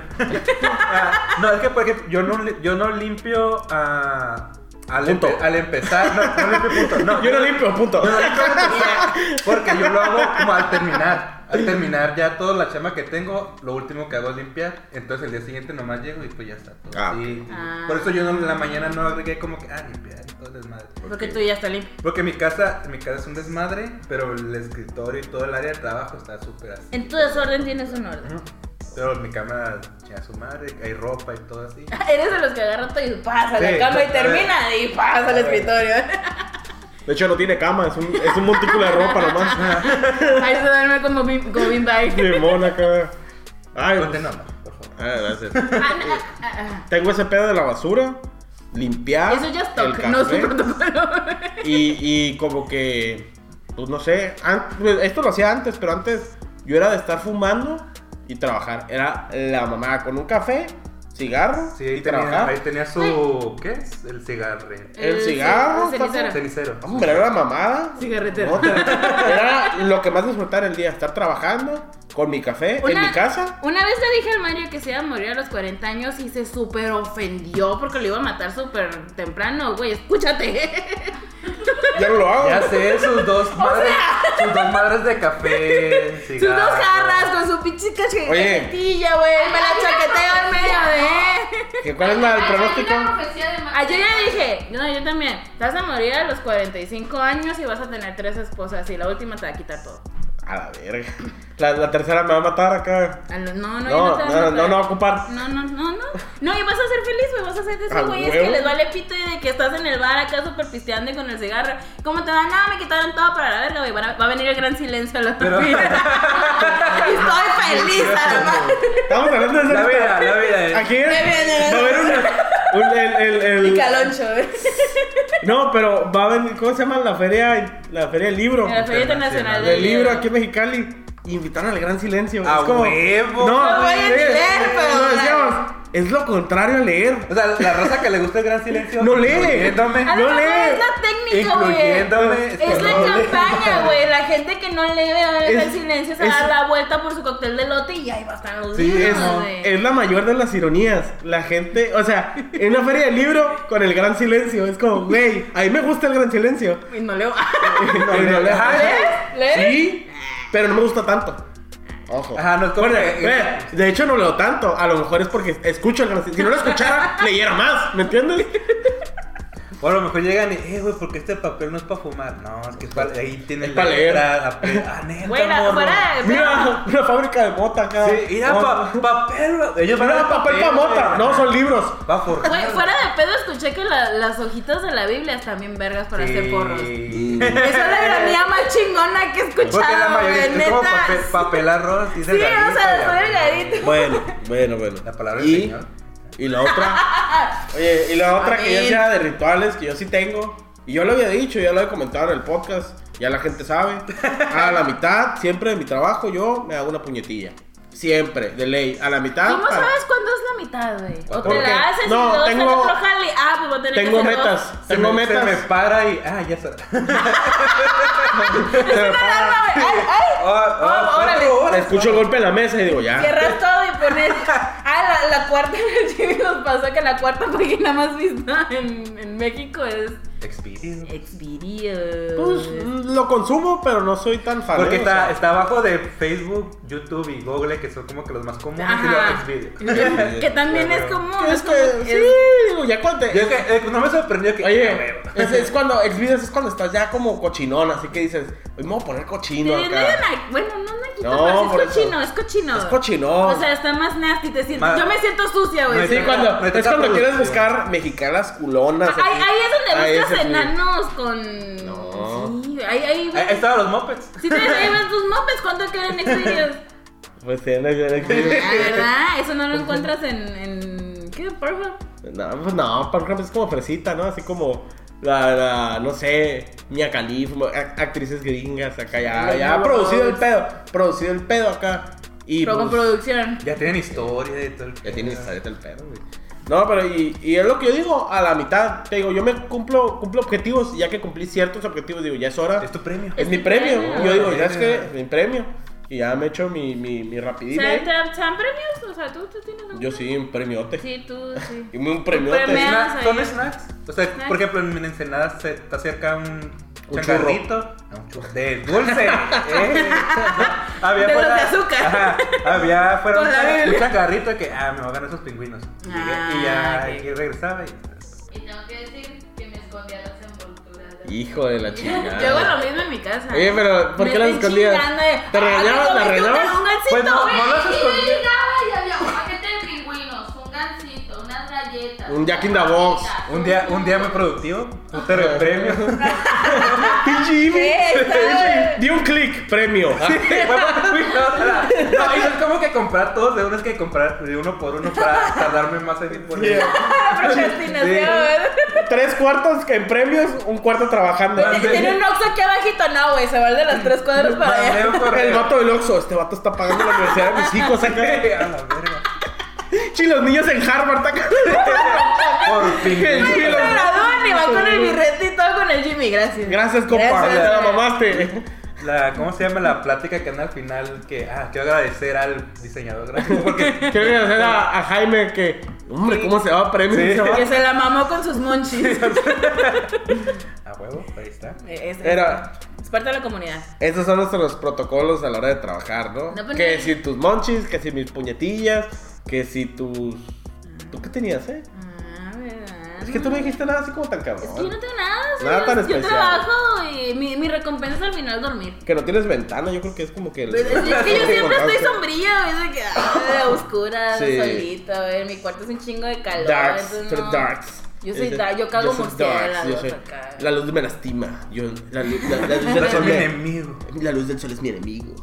Ah, no, es que por ejemplo, yo no, li- yo no limpio ah, al, Punto. empe- al empezar. No, no limpio punto. No, Yo no limpio, punto. yo no limpio al empezar, porque yo lo hago como al terminar. Al terminar ya toda la chama que tengo, lo último que hago es limpiar. Entonces el día siguiente nomás llego y pues ya está todo. Ah, así. Ah. Por eso yo no- en la mañana no agregué como que, ah, limpiar y todo el desmadre. Porque tú ya estás limpio. Porque mi casa, mi casa es un desmadre, pero el escritorio y todo el área de trabajo está súper así. En tu desorden tienes un orden. *laughs* Pero mi cama chinga su madre, hay ropa y todo así. Eres de los que agarra todo y pasa a la Sí, cama y a ver. termina y pasa al escritorio. *laughs* De hecho, no tiene cama, es un, es un montículo de ropa *laughs* nomás. Ahí se duerme como Bim- como *laughs* Bim Bye. De mona acá. Ay, Ponte pues- nomás, por favor. Ah, gracias. Ah, no, ah, ah, Tengo ese pedo de la basura, ah. limpiar. Eso ya es el toque, no es café, un protocolo. y, y como que, pues no sé, an- pues, esto lo hacía antes, pero antes yo era de estar fumando y trabajar. Era la mamá con un café cigarro Sí, y ahí tenía, ahí trabajar. tenía su. ¿Qué es? El cigarro. *laughs* El cigarro, el cenicero. Cenicero. Hombre, era una mamada. Cigarretera. No, te- era lo que más disfrutaba en el día, estar trabajando con mi café en Una- mi casa. Una vez le dije al Mario que se iba a morir a los 40 años y se súper ofendió porque lo iba a matar súper temprano, güey. Escúchate. *laughs* Ya no lo hago. Ya sé, sus dos madres. Sus dos madres de *laughs* café. Sus dos cigarro. jarras con su pinche cache- Oye. cajetilla, güey. Me la chaqueteo en medio *laughs* de. ¿Que ¿Cuál es la- el pronóstico? Hay una profecía de Mateo. Ah, yo ya dije, no, yo también. Te vas a morir a los 45 años y vas a tener tres esposas y la última te va a quitar todo. A la verga. La, la tercera me va a matar acá. A lo- Ah, No, No, no, ya te no, vas a no, no, matar. va a ocupar. No, no, no, no. No, y vas a ser feliz, güey. Vas a ser de ¿A esos güeyes huevo? que les vale pito y de que estás en el bar acá súper pisteando y con el cigarro. ¿Cómo te va? Nada, me quitaron todo para la verga, güey. Van a- Va a venir el gran silencio a la Pero- Y *laughs* Estoy feliz, además. Estamos hablando de La esa- vida, la vida. eh. Aquí Me viene. va a haber un, un- el, el- el- Y caloncho, güey. No, pero va a venir, ¿cómo se llama? La feria, la feria del libro. En la Feria Internacional Del libro aquí en Mexicali. Y invitaron al gran silencio. ¡A es como, huevo! No, No vayan a es- leer, pero- no, decíamos, es lo contrario a leer. O sea, la raza que le gusta el gran silencio. No lee. Incluyéndome. No Además, lee. es la técnica, güey. Incluyéndome. Es la no lee. campaña, güey. La gente que no lee va a ver Es- el silencio, se es- va a dar la vuelta por su cóctel de lote y ahí va a estar los Sí, libros, es- güey. Es la mayor de las ironías. La gente, o sea, en una feria del libro con el gran silencio. Es como, güey, a mí me gusta el gran silencio. *laughs* Y no leo. *laughs* No, no, no. ¿Lees? ¿Lees? Sí, pero no me gusta tanto. Ojo. Ajá, no es como Bueno, que- eh, de hecho no leo tanto. A lo mejor es porque escucho el gran silencio. Si no lo escuchara, leyera más. ¿Me entiendes? O a lo mejor llegan y, eh, güey, porque este papel no es para fumar. No, es que es para, ahí tiene Es pa' leer. letra, la- Ah, *laughs* neta, Güey, la- morro. fuera de- Mira, una fábrica de mota acá. Sí, mira, No, pa- papel. güey. Ellos van a mira, ver papel para güey. mota. No, son libros. Va a forjar. Güey, fuera de pedo escuché que la- las hojitas de la Biblia están bien vergas para hacer porros. Sí. Esa es la ironía más chingona que he *laughs* Porque la escuchado, mayoría güey, es como neta. papel, papel arroz. Sí, Sí, o sea, soy delgadito. Bueno, bueno, bueno. La palabra del y, Señor. Y la otra. Oye, y la otra que yo Amén. decía de rituales, que yo sí tengo. Y yo lo había dicho, ya lo he comentado en el podcast. Ya la gente sabe. A la mitad, siempre de mi trabajo, yo me hago una puñetilla. Siempre, de ley. A la Ah, mitad. ¿Cómo para- sabes cuándo es la mitad, güey? O te Porque- la haces no, y luego tengo- sale otro jale. Ah, pues voy a tener Tengo que hacer dos. metas. Se Tengo me, se metas. me para y. Ah, ya *laughs* está. *laughs* se me para. Ah, güey, ¡Ay, ay! Ah, ah, Oh, órale. cuatro horas. Escucho el golpe en la mesa y digo, ya. Cierras todo y pones. Ah, la, la cuarta. *laughs* sí, nos pasó que la cuarta página más vista en, en México es. Experience. Xvideos. Pues, lo consumo, pero no soy tan fan. Porque ¿eh? O sea, está, está abajo de Facebook, YouTube y Google, que son como que los más comunes. Y Ajá. los *laughs* Xvideos. que también es común. que Es es como, que- sí, es- digo, ya cuando te- Yo que, eh, no me sorprendió que. Oye, Ah, huevo. es, es cuando, Xvideos es cuando estás ya como cochinón, así que dices, hoy me voy a poner Sí, cochino no acá. es na- bueno, no es naquito, No, pero sí por es eso. cochino, es cochino. Es cochinón. O sea, está más nasty, te sientes. Ma- Yo me siento sucia, güey. Sí, Me cuando, toca- me es toca cuando quieres producción. buscar mexicanas culonas. Ahí, así. ahí es Ahí donde buscas es el- enanos con. No. Sí, ahí, ahí. *laughs* Ahí ahí ves- estaban los mopeds. Si te ahí ves tus mopes, ¿cuánto quedan en Xvideos? Pues *laughs* sí, no, yo- Ah, ¿verdad? Eso no lo encuentras en. en... ¿Qué? Porfa. No, pues no, por ejemplo, es como fresita, ¿no? Así como la, la no sé, Mia Khalifa, mo- act- actrices gringas acá ya, Los ya ha nuevos. producido el pedo, producido el pedo acá. Y Pero con pues, producción. Ya tienen historia y todo el Ya pedo. tiene historieta el perro, güey. No, pero y, y es lo que yo digo, a la mitad, te digo, yo me cumplo, cumplo objetivos, y ya que cumplí ciertos objetivos, digo, ya es hora, Es tu premio. es mi premio. premio. Y yo digo, ya es que Premio. es mi premio. Y ya me echo mi, mi, mi O rapidito. sea, ¿te, te dan premios? O sea, ¿tú, tú tienes un Yo sí, un premiote. Sí, tú sí. Y un premiote. premio. Sna- ahí. Son snacks. O sea, Snacks. por ejemplo, en Ensenada se- está cerca un. Un changarrito. No, un churro. De *laughs* dulce. eh. había De los fuera- de azúcar. Ajá, había fuera Con un, la cha- Biblia. un changarrito que, ah, me voy a ganar esos pingüinos. Y, llegué- y ya Ah, ok. y regresaba. Y, Y tengo que decir que me escondía las envolturas. de- Hijo de la chingada. Yo hago lo mismo en mi casa. Oye, pero, ¿por Me qué las estoy escondías? chingando de, ¿Te "Ah, regañabas? me ¿La comiste un regañabas? gancito, Pues no, güey". no las Y yo escondí. llegaba y había un paquete de pingüinos, un gansito, unas galletas. Un Jack in the Box. Un día, un día muy productivo, un de premio. *laughs* Pinche Jimmy. ¿Qué? Pinche- Di un clic, premio. No, y no es como que comprar todos de uno, es que comprar de uno por uno para tardarme más en ir por *laughs* Sí. *laughs* Procrastinación, Sí. ¿verdad? Tres cuartos que en premios, un cuarto trabajando. Ándale. Si Tiene un Oxxo aquí abajito, no, güey, se va el de las tres cuadras para allá. Mandeo por *laughs* El vato del Oxxo, este vato está pagando la universidad de mis hijos A la acá. verga. Chi, los niños en Harvard, acá. Por fin. Sí, Se lo- gradúan y va con el birrete y todo con el Jimmy, gracias. Gracias, compa. Te Gracias. la mamaste. La, ¿Cómo se llama la plática que anda al final? Que, ah, quiero agradecer al diseñador gráfico porque... Quiero agradecer a, a Jaime que. Hombre, ¿cómo se va a premio? Sí. Se va- Que se la mamó con *laughs* sus monchis. *laughs* A huevo, ahí está. Es- es- Era- Es parte de la comunidad. Esos son nuestros protocolos a la hora de trabajar, ¿no? No, pues, que no. si tus monchis, que si mis puñetillas, que si tus. ¿Tú qué tenías, eh? Ah, ¿verdad? Es que tú no dijiste nada así como tan cabrón. Es que yo no tengo nada, o sea, Nada yo- tan yo, especial. trabajo y mi, mi recompensa es al final dormir. Que no tienes ventana, yo creo que es como que. el- Pues, *laughs* es, es que yo siempre estoy Contaste. sombría, es de que ah, oscura, Sí. solita, en mi cuarto es un chingo de calor. Darks, entonces pero no. darks. Yo soy Ese- dark, yo cago soy darks, yo murciélagos soy- acá. La luz me lastima. Yo, la, lu- la- la *laughs* luz del Soy sol mi me- enemigo. la luz del sol es mi enemigo.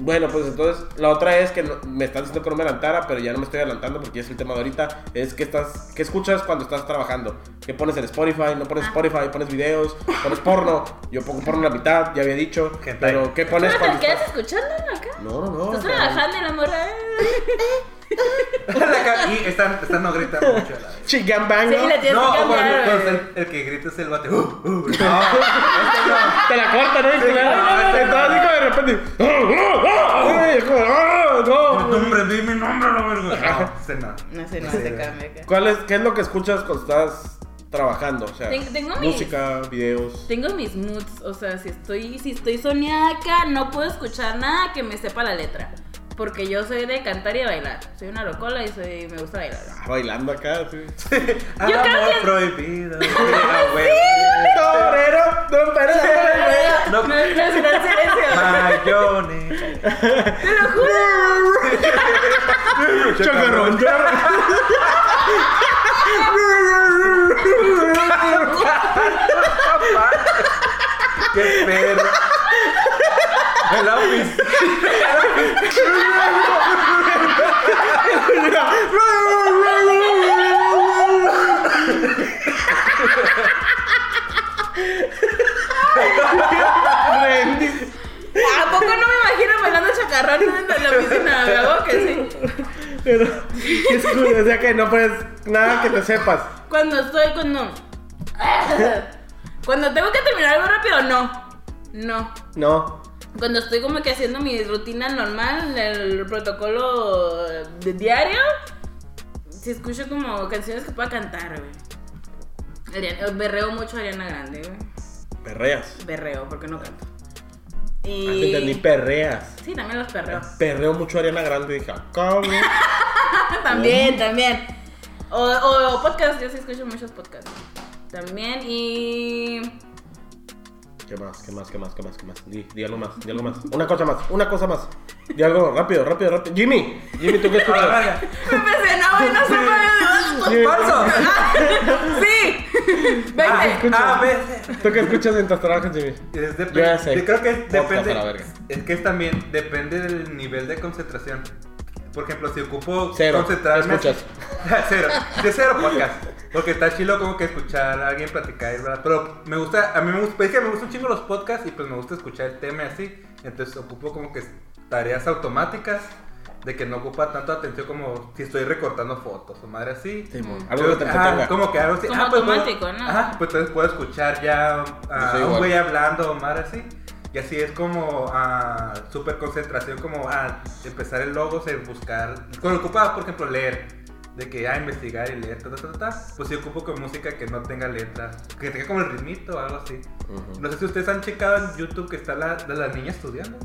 Bueno, pues entonces, la otra es que no- me estás diciendo que no me adelantara, pero ya no me estoy adelantando porque es el tema de ahorita. Es que estás, ¿qué escuchas cuando estás trabajando? ¿Qué pones en Spotify? ¿No Ah. pones Spotify? ¿Pones videos? ¿Pones porno? Yo pongo porno a la mitad, ya había dicho. Hentai. Pero, ¿qué pones ¿No te cuando quedas estás- escuchando acá? No, no, no. o Estás sea, trabajando y la morra. eh. La ca- y esta, esta no grita mucho. la- Chigan bang, Sí, ¿no? le tienes No, que o cuando- cambiar. cuando güey. el, el que grita es el bate. Uh, uh, no, este no. Te la corta, ¿no? Y te la- Sí. Entonces, hijo, de repente. "Ah, Ay, hijo, ah, no. No, tu nombre, di mi nombre, la verga. No, este no. No sé, no se cambia acá. ¿Cuál es, ¿Qué es lo que escuchas cuando estás trabajando? O sea, Ten- tengo mis- música, videos. Tengo mis moods, o sea, si estoy, si estoy soñada acá, no puedo escuchar nada que me sepa la letra. Porque yo soy de cantar y de bailar. Soy una locola y soy, me gusta bailar. Ah, Bailando acá, sí. creo *laughs* Amor que- prohibido. Ah, güey. *laughs* Torero, no, pero- No. No, no, es gran silencio. Mayone. Te lo juro. Chacarrón. *laughs* Qué perro. El office. Brindis. ¿A poco no me imagino bailando chacarrón en la oficina? Me hago que sí. Pero, qué escudo, o sea que no puedes nada que te sepas. Cuando estoy, cuando. Cuando tengo que terminar algo rápido, no. No. No. Cuando estoy como que haciendo mi rutina normal, el protocolo de diario, si escucho como canciones que pueda cantar, güey. Ariana- eh, berreo mucho a Ariana Grande, güey. Perreas. Berreo, porque no canto. Ah, te entendí, Y... perreas. Sí, también los perreo. Perreo mucho a Ariana Grande y dije, "Ah, cabrón. *laughs* también, también. O, o, o podcast, yo sí escucho muchos podcasts. También, y... ¿Qué más? ¿Qué más? ¿Qué más? ¿Qué más? ¿Qué más? Di, di algo más, di algo más. Una cosa más, una cosa más. Di algo rápido, rápido, rápido. Jimmy, Jimmy, ¿tú qué A la escuchas? verga. Me emocionaba y no supe de Jimmy, Falso. *laughs* Sí. Vete. Ah, escucha. A veces. ¿Tú qué escuchas en tus trabajos, Jimmy? Es depe- Yo ya sé. Yo creo que Podcast a la depende. verga. Es que es también depende del nivel de concentración. Por ejemplo, si ocupo Cero. concentrarme. Ah, ¿Qué *laughs* escuchas? cero. De cero podcast. Porque está chilo como que escuchar a alguien platicar, ¿verdad? Pero me gusta, a mí me gusta, es que me gustan chingo los podcasts y pues me gusta escuchar el tema y así. Entonces ocupo como que tareas automáticas de que no ocupa tanto atención como si estoy recortando fotos o madre así. Simón, algo que te Ajá, entretenga. como que algo así. Como ah, pues, automático, puedo- ¿no? Ajá, pues entonces puedo escuchar ya a Yo soy un igual. güey hablando o más así. Y así es como a super concentración, como a empezar el logos, el buscar. Cuando ocupa, por ejemplo, leer. De que a investigar y leer, ta, ta, ta, ta, Pues sí ocupo con música que no tenga letras. Que tenga como el ritmito o algo así. Ujú. No sé si ustedes han checado en YouTube que está la, de la niña estudiando.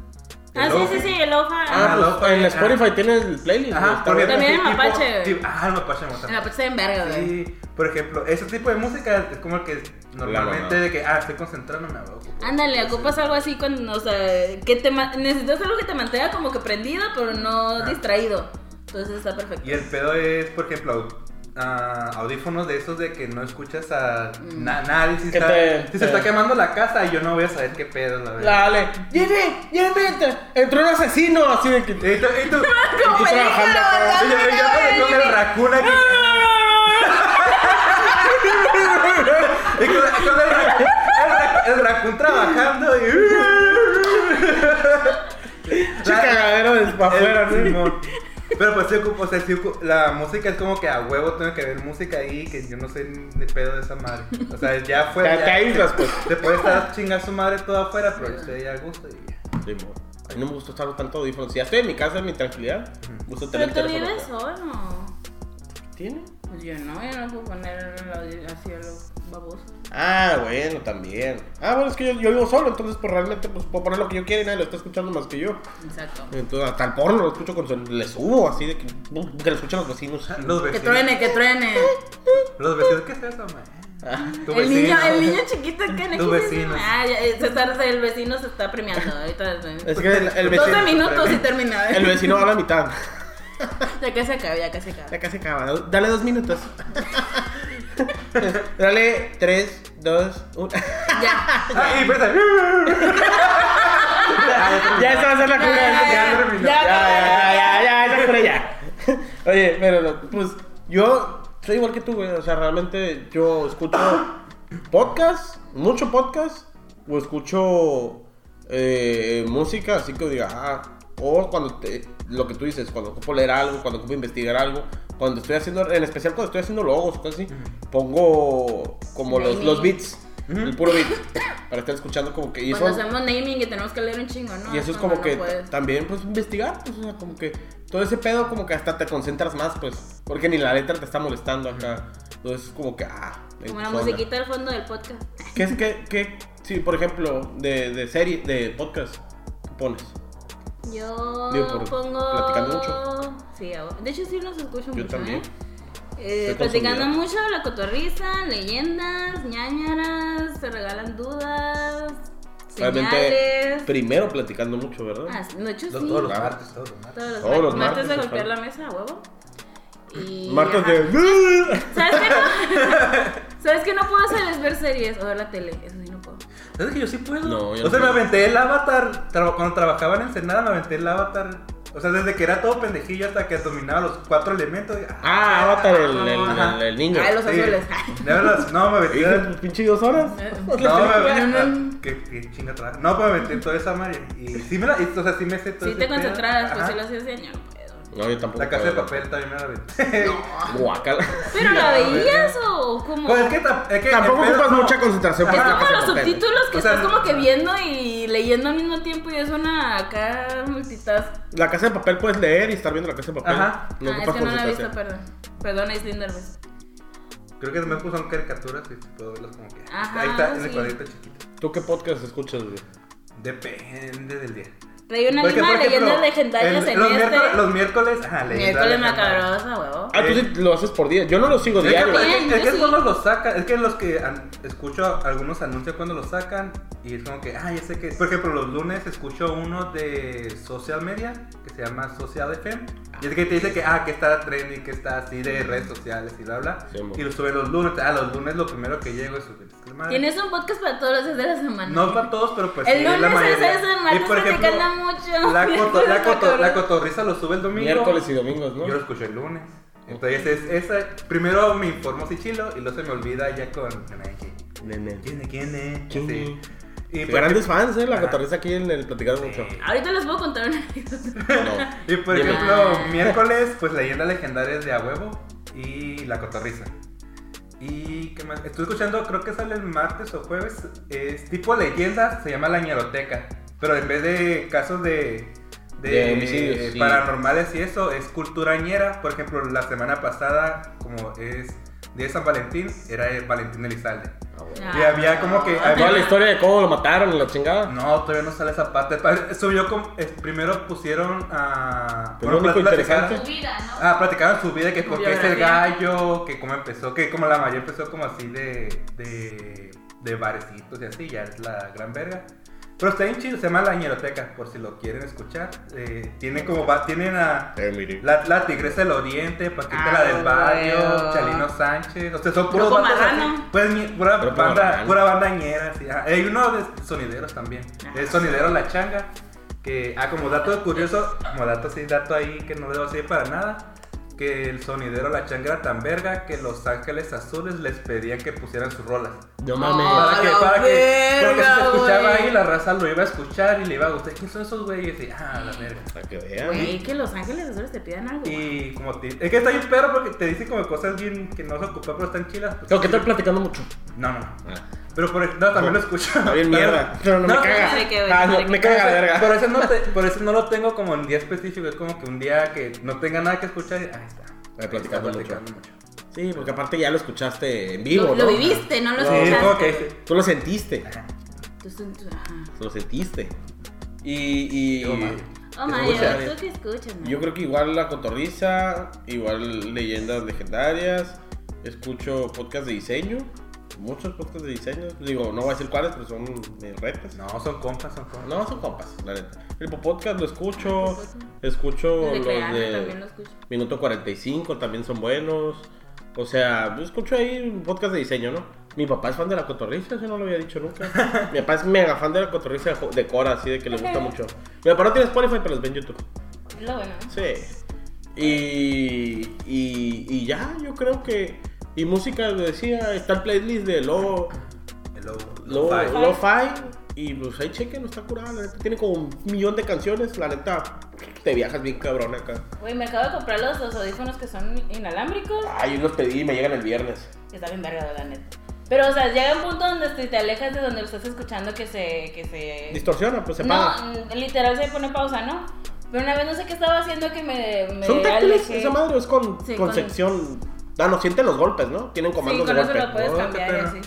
Ah, El sí, ojo. sí, sí, el hoja. Ah, pues, Lo- en Spotify tienes el playlist. güey, Ajá, está por bueno. ejemplo, También sí, en tipo- Mapache. sí, ah, en Mapache me gusta. En la puesta en verga, güey. Sí, por ejemplo, ese tipo de música es como el que normalmente mamada. de que, ah, estoy concentrándome, me ocupo. Ándale, ocupas algo así con, o sea, que te ma- necesitas algo que te mantenga como que prendido, pero no Ah. distraído. Entonces está perfecto. Y el pedo es, por ejemplo, au- ah, audífonos de esos de que no escuchas a Mm. na- nadie. Si, Que está, te- si te- se está quemando la casa, yo no voy a saber qué pedo, la verdad. Dale. Jimmy, Jimmy, te- entró un asesino así de que. Y tú, y tú, *laughs* Como Estoy película, trabajando acá. y yo, y yo con- con el racuna *laughs* y con, con el, rac- el, rac- el raccoon trabajando y... uh, Che cagadero de pa' El- afuera, ¿no? Simón. Pero pues sí ocupo- o sea, sí ocu- la música es como que a huevo tengo que ver música ahí, que yo no sé ni pedo de esa madre. O sea, ya fue. Te- ya- te aíslas, pues. Te puede estar chingando su madre toda afuera, pero usted ya gusta y ya. Sí, mo- a mí no me gusta usar tanto audífonos. Si ya estoy en mi casa, en mi tranquilidad, me gusta tener Pero el tú teléfono. vives acá. solo. ¿Tiene? Pues yo no, yo no puedo poner el audio así a los babosos. Ah, bueno, también. Ah, bueno, es que yo, yo vivo solo, entonces pues realmente pues, puedo poner lo que yo quiera y nadie lo está escuchando más que yo. Exacto. Entonces, hasta el porno lo escucho con su- le subo así de que, que lo escuchan los vecinos. Los Que vecinos. truene, que truene. Los vecinos, ¿qué es eso, man? Pues, Ah, Tu el niño, vecino. el niño chiquito acá en Tus XS. vecinos. Ah, ya, eh, se está- el vecino se está premiando. Ahorita. *laughs* es que el, el vecino. 12 minutos y ¿eh? terminado. *laughs* El vecino va a la mitad. Ya que se acaba, ya que se acaba. Ya casi acaba. Dale dos *laughs* minutos. Dale tres, dos, uno. Ya. Ah, y empieza. Ya esa va a ser la cura. Ya, ya Ya, terminó. ya, ya, ya, ya, ya, esa cura ya. *laughs* Oye, pero no, pues yo soy igual que tú, güey. O sea, realmente yo escucho podcast, mucho podcast, o escucho eh, música, así que diga, ah, o cuando te- lo que tú dices, cuando ocupo leer algo, cuando ocupo investigar algo, cuando estoy haciendo, en especial cuando estoy haciendo logos, cosas así, pongo como los, los beats, el puro beat, para estar escuchando como que. y Cuando eso- hacemos naming y tenemos que leer un chingo, ¿no? y eso es No, como no que puedes. también, pues, investigar, pues, o sea, como que todo ese pedo como que hasta te concentras más, pues, porque ni la letra te está molestando acá. Entonces, como que, ah, Como la suena. musiquita al fondo del podcast. ¿Qué es que, qué, sí, por ejemplo, de, de serie, de podcast, ¿qué pones? Yo Digo, por pongo. platicando mucho. Sí, a- de hecho sí los escucho mucho. Yo también. ¿eh? Eh, Estoy platicando consumida. mucho, la cotorriza, leyendas, ñañaras, se regalan dudas, Realmente, señales. primero platicando mucho, ¿verdad? Ah, sí, de hecho sí. Los- Todos los martes, todos los martes. Todos los Todos los martes. Martes de martes, golpear ajá. la mesa, a huevo. Y. Martes ajá. de... ¿Sabes qué no? ¿Sabes qué no puedo hacer? Es ver series o ver la tele. Eso sí no puedo. ¿Sabes que yo sí puedo? No, yo o no sea, puedo. me aventé el avatar. tra- cuando trabajaba en Ensenada, me aventé el avatar. O sea, desde que era todo pendejillo hasta que dominaba los cuatro elementos. y- Ah, Avatar, el, el, Ajá. el- el niño. Ah, los Sí. azules. De verdad, no, me *laughs* aventé. Hijo, pues, pinche dos horas. No, me *laughs* No, aventé. ah, Qué, qué chinga trabajo. No, pues me aventé toda esa madre. Y sí me la. y, o sea, sí me sé todo Si ese te pedo. concentras, pues Ajá. si lo haces de año, no puedo. No, yo tampoco. La casa de puedo. papel también me la aventé. Guácala. ¿Pero la veías o cómo? *laughs* Pues es que, ta- es que Tampoco el pedo- ocupas no. mucha concentración. Es para La como Casa de los Papel. subtítulos que O sea, estás como que viendo y leyendo al mismo tiempo y es una acá multitask. La casa de papel puedes leer y estar viendo la casa de papel. Ajá. No ah, es ocupas que no la he visto, concentración. perdón. Perdón, es pues. Linda Hermes. Creo que me puso caricaturas y puedo verlas como que. Ajá, ahí está, en sí. el cuadrito chiquito. ¿Tú qué podcast escuchas, güey? Depende del día. Trae una Porque, misma Pues, por ejemplo, leyendas legendarias el- en los este. miércoles, los miércoles, ajá, Miércoles macabrosa, huevo. Eh. Ah, tú sí lo haces por día. Yo no lo sigo Es que, diario. es Bien, que- es yo que sí. solo los sacan, es que los que an- escucho algunos anuncios cuando los sacan y es como que, ah, ya sé que, por ejemplo, los lunes escucho uno de social media que se llama Social FM y es que te dice que, ah, que está trending, que está así de redes sociales y bla, bla, Sí, mo. y lo suben los lunes, ah, los lunes lo primero que llego es subir esta madre. Tienes un podcast para todos los días de la semana. Ah. No para todos, pero pues sí, El la lunes es mayoría. eso, el Y, martes por ejemplo, platicando mucho. *laughs* La, coto- la, miércoles coto- la macabrosa. cotorriza lo sube el domingo. Miércoles y domingos, ¿no? Yo lo escuché el lunes. Entonces, es, esa- primero me informo si chilo y luego se me olvida ya con. Nene. ¿Quién es? ¿Quién es? ¿Quién Sí. Y por Grandes ejemplo- fans, ¿eh? La Ajá. cotorriza aquí en el Platicar Mucho. Ahorita les puedo contar una anécdota. No. Y por Dime. ejemplo, miércoles, pues leyendas legendarias de A Huevo y La Cotorriza. Y qué más. Estoy escuchando, creo que sale el martes o jueves. Es tipo leyendas, se llama La Ñeroteca. Pero en vez de casos de. De homicidios, sí. paranormales y eso, es cultura ñera. Por ejemplo, la semana pasada, como es Día de San Valentín, era el Valentín Elizalde. Ah, bueno. Ah, Y había como que- no. había- Toda la historia de cómo lo mataron y la chingada. No, todavía no sale esa parte. Pa- Subió como. eh, Primero pusieron a. Pero lo único platicaron- interesante. Tu vida, ¿no? Ah, platicaron su vida, que por qué es el Biografía. gallo, que cómo empezó, que como la mayoría empezó como así de, de, de barecitos y así, ya es la gran verga. Pero está bien chido, se llama La Ñeroteca, por si lo quieren escuchar. Eh, tiene como va, tienen a Eh, mire. la, la Tigresa del Oriente, Paquita Ah, la del Barrio, bueno. Chalino Sánchez, o sea, son puros Grupo bandas así, Marrano. Pues mi- pura Grupo banda, Marrano. pura banda ñera, sí, ajá. Hay uno de sonideros también, Ajá. el sonidero La Changa, que, ah, como dato curioso, como dato así, dato ahí que no debo decir para nada. que el sonidero La Changa era tan verga que Los Ángeles Azules les pedían que pusieran sus rolas. No Ah, mames. Para que, la para que, porque verga, si se escuchaba güey. ahí, la raza lo iba a escuchar y le iba a gustar. ¿Quién son esos güeyes? Y, ah, la verga. Para que vean. Güey, que Los Ángeles Azules te pidan algo. Y como te, es que está bien perro porque te dice como cosas bien que no se ocupan, pero están chilas. pues, Tengo que sí. estar platicando mucho. No, no. Ah, Pero por no, también lo escucho. Está bien mierda. Pero no, me caga. madre que- Ah, madre no, que- me caga, Pero ese- verga. Por eso, no te- por eso no lo tengo como en día específico. Es como que un día que no tenga nada que escuchar. y, Ahí está. Ahí platicando Está mucho. Sí, porque aparte ya lo escuchaste en vivo, lo, ¿no? lo viviste, no lo Sí, escuchaste. como que dice, Tú lo sentiste. Tú son- tú- ajá. Lo sentiste. Y. y Oh, madre. Oh, y- Mario, tú que escuchas, Mario? Yo creo que igual La Cotorriza, igual Leyendas Legendarias, escucho podcast de diseño, muchos podcasts de diseño, digo, no voy a decir cuáles, pero son de retas. No, son compas, son compas. No, son compas, la neta. El podcast lo escucho, escucho Pues, Los de los Creana de también lo escucho. Minuto 45, también son buenos. O sea, yo escucho ahí un podcast de diseño, ¿no? Mi papá es fan de La Cotorriza, yo no lo había dicho *laughs* nunca. Mi papá es mega fan de La Cotorriza de- de Cora, así de que le gusta mucho. Mi papá no tiene Spotify, pero los ve en YouTube. Es Lo bueno. Sí. Y, y, y ya, yo creo que. Y música, lo decía, está el playlist de Lo Hello, Lo lo-fi. Lo Fi. Y pues ahí chequen, está curada. La neta tiene como un millón de canciones. La neta, te viajas bien cabrón acá. Güey, me acabo de comprar los, los audífonos que son inalámbricos. Ay, yo los pedí y me llegan el viernes. que Está bien verga, la neta. Pero, o sea, llega un punto donde te- te alejas de donde lo estás escuchando que se... Que se... Distorsiona, pues se paga. No, mm, literal se pone pausa, ¿no? Pero una vez no sé qué estaba haciendo que me. me Son táctiles, alejé. esa madre es con, Sí, con con- sección. Ah, no, sienten los golpes, ¿no? Tienen Sí, comandos con de eso golpe. lo puedes No, cambiar y pero- así.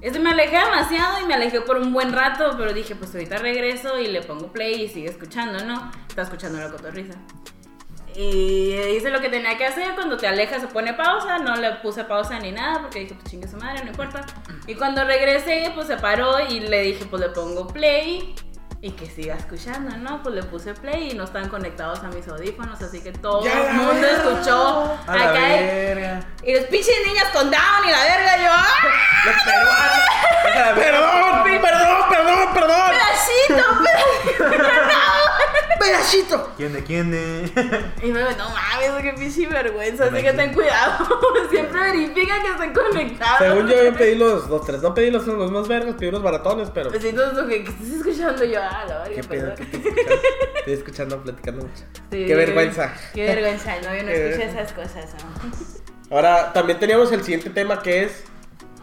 Este me alejé demasiado y me alejé por un buen rato, pero dije, pues ahorita regreso y le pongo play y sigue escuchando, ¿no? Está escuchando la cotorriza. Y hice lo que tenía que hacer, cuando te alejas se pone pausa, no le puse pausa ni nada porque dije, pues chingue su madre, no importa. Y cuando regresé, pues se paró y le dije, pues le pongo play y que siga escuchando, ¿no? Pues le puse play y no están conectados a mis audífonos, así que todo Ya la el mundo verga. escuchó A la acá el- verga. y los pinches niñas con down y la verga, yo. *laughs* ¡Ah! Los peruanos. A la verga. Ah, ¡Perdón! ¡Perdón! ¡Perdón! ¡Perdón! ¡Pedacito! ¡Pedacito! ¿Quién de quién de? *laughs* Y luego, no mames, qué pinche vergüenza. Así que ten cuidado. *laughs* Siempre verifica que estén conectados. Según yo, yo pedí los, los tres. No pedí los, los más vergas, pedí los baratones, pero Pues entonces lo que que estás escuchando yo, ah, la verga, qué pedo perdón. que estoy escuchando. Estoy escuchando, platicando mucho. Sí. Qué vergüenza. Qué vergüenza, no, yo *laughs* no Qué escucho vergüenza. esas cosas, ¿no? Ahora, también teníamos el siguiente tema que es.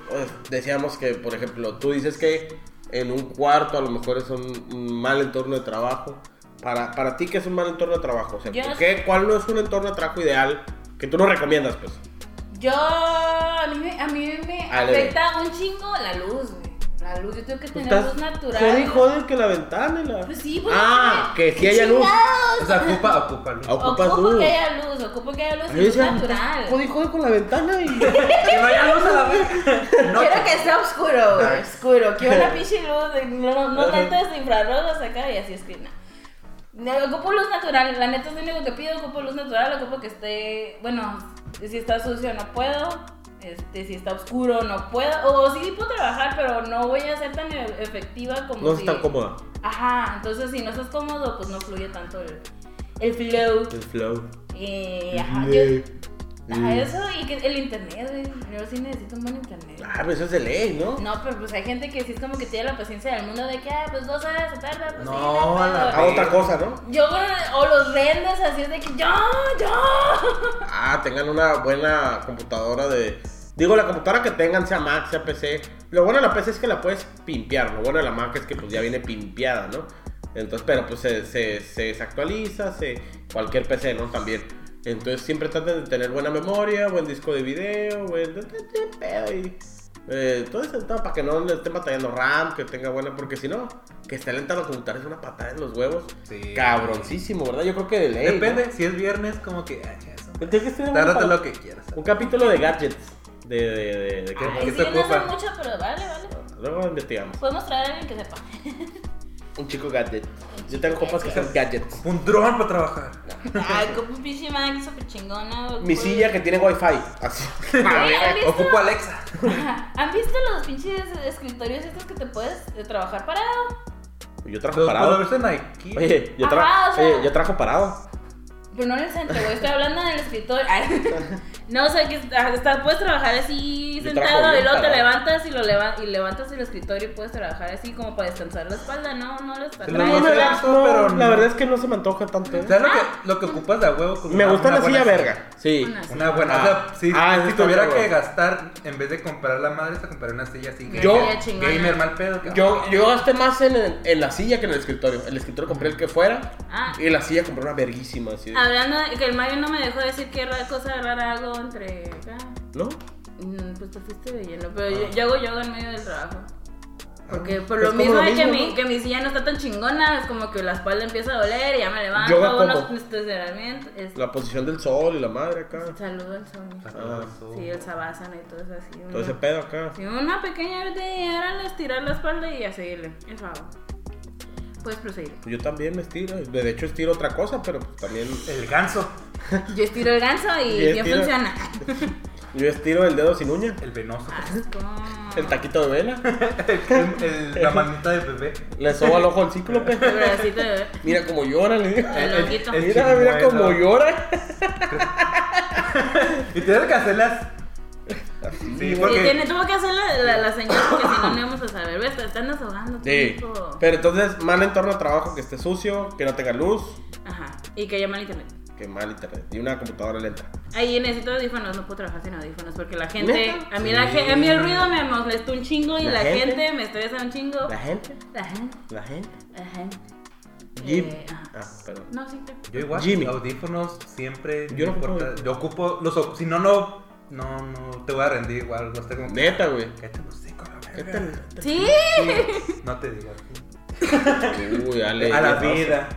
pues, decíamos que, por ejemplo, tú dices que en un cuarto a lo mejor es un, un mal entorno de trabajo. Para, para ti, ¿qué es un mal entorno de trabajo? O sea, Yo- ¿por qué? ¿Cuál no es un entorno de trabajo ideal que tú no recomiendas, pues? Yo, a mí, me- a mí me Ale. afecta un chingo la luz, güey. La luz, yo tengo que tener Estás- luz natural. Jode y jode que la ventana y la... Pues sí, pues, Ah, ¿qué? que si haya luz. Chingados. O sea, ocupa, ocupa. luz. Ah, Ocupas Ocupo luz. que haya luz, ocupo que haya luz y Yo luz decía, natural. Jode y jode con la ventana y... *laughs* Que no haya luz a la verga. *laughs* No, Quiero que sea oscuro, güey, oscuro. Quiero una pinche luz, de- no, no tanto de infrarrojos acá y así es que no. No, Ocupo luz natural, la neta es lo único que pido, ocupo luz natural, ocupo que esté, bueno, si está sucio no puedo, este, si está oscuro no puedo, o sí puedo trabajar, pero no voy a ser tan e- efectiva como No si... es tan cómoda. Ajá, entonces si no estás cómodo, pues no fluye tanto el, el flow. El flow. Y, ajá, yo- Yeah. Ajá, eso y que el internet, güey. Yo sí necesito un buen internet. Ah, pero eso es de ley, ¿no? No, pero pues hay gente que sí es como que tiene la paciencia del mundo de que, ah, pues dos horas se tarda, pues No, sí, no, a la pero- Ah, otra cosa, ¿no? Yo, o los renders, así es de que yo, yo. Ah, tengan una buena computadora de... Digo, la computadora que tengan, sea Mac, sea PC. Lo bueno de la PC es que la puedes pimpear. Lo bueno de la Mac es que pues ya viene pimpeada, ¿no? Entonces, pero pues se, se, se desactualiza, se, cualquier PC, ¿no? También. Entonces siempre traten de tener buena memoria, buen disco de video, buen... pedo y- eh, todo eso, todo para que no le estén batallando RAM, que tenga buena, porque si no, que esté lenta la computadora es una patada en los huevos. Sí. Cabroncísimo, ¿verdad? Yo creo que de ley. ¿no? Depende, si es viernes, como que. Ah, chinga, eso. Tiene que ser un- Tárdate lo que quieras. Un capítulo de gadgets. De, de, de, de- que- Ay. Ay, qué sí, se no sé ocupa? mucho, pero vale, vale. Pues, Luego investigamos. Podemos traer a alguien que *laughs* sepa. Un chico gadget. Yo tengo compas que son gadgets. Un dron para trabajar. Ay, como un pinche Mac súper chingona. güey. Mi silla que tiene wifi. *laughs* Así. Güey, ¿han visto- Ocupo Alexa. Ajá, ¿Han visto los pinches escritorios estos que te puedes eh, trabajar parado? Yo trabajo Los parado. colores en Nike. Oye, yo, tra- Ajá, o sea- oye, yo trabajo parado. Pero Pues no en el centro, güey. Estoy hablando en el escritorio. Ay. *laughs* No, o sea, que hasta puedes trabajar así Yo trabajo sentado bien y luego te parado. levantas y lo leva- y levantas el escritorio y puedes trabajar así como para descansar la espalda, ¿no? No la espalda. Te lo No, no, No, no, no, pero la no. verdad es que no se me antoja tanto. ¿eh? ¿Sabes lo Ah. que, lo que ocupas de a huevo? Como Me una- gusta una la silla buena- verga. Sí. Una Una buena. o sea, Ah. si, Ah, eso si está tuviera bien, que güey. gastar, en vez de comprar la madre, te compraré una silla así. Una Yo- silla chingona. Gamer mal pedo. cabrón. Yo, yo gasté más en, en la silla que en el escritorio. El escritorio compré el que fuera. Ah. Y la silla compré una verguísima. Así de- Hablando de que el Mario no me dejó decir qué ra- cosa rara hago entre acá. ¿No? Mm, Pues te fuiste de lleno, pero yo, yo hago yoga en medio del trabajo. Porque por Ah. Es lo como mismo, lo de que, mismo, mi, ¿no? que mi silla no está tan chingona, es como que la espalda empieza a doler y ya me levanto, Yoga hago unos como. estiramientos. es- La posición del sol y la madre acá. Saludo al sol. Ah. Sí, el sabásana y todo eso así. una- Todo ese pedo acá. Sí, una pequeña vez de llegar a estirar la espalda y a seguirle. El favor. Puedes proseguir. Yo también me estiro. De hecho, estiro otra cosa, pero pues también. El ganso, Yo estiro el ganso Y y bien estira. funciona. Yo estiro el dedo sin uña. el venoso, Ah. pues, Asco. El taquito de vela. *laughs* el- el- la manita de bebé. Le sobo al ojo al cíclope. El bracito de- Mira cómo llora, le digo. El loquito. el Mira, mira chimuelo. cómo llora. Y tienes que hacerlas. Sí, pues. Sí, porque. tiene- tuvo que hacer la, la, la señal porque si no, no íbamos a saber. Ves, te están desahogando. Sí. tipo. Pero entonces, mal entorno de trabajo, que esté sucio, que no tenga luz, Ajá. Y que llama al internet. que mal internet. Y una computadora lenta. Ahí necesito audífonos, no puedo trabajar sin audífonos porque la gente, ¿Neta? a mí, la, Sí. ge- a mí el ruido me molestó un chingo y ¿La la, gente? gente? me estresa un chingo. La gente, La gente, la gente. la gente. Jim. Eh, ajá. Ah, perdón. No, sí, te- Yo igual, Jimmy. audífonos siempre. Yo no no ocupo importa. audífonos. Yo ocupo. Los, o- si no, no. No, no. Te voy a rendir igual. No sé cómo. Neta, güey. Cállate los hocico, la verga. ¿Qué tal? Sí. No te digo. Uy, dale. A la ya, vida.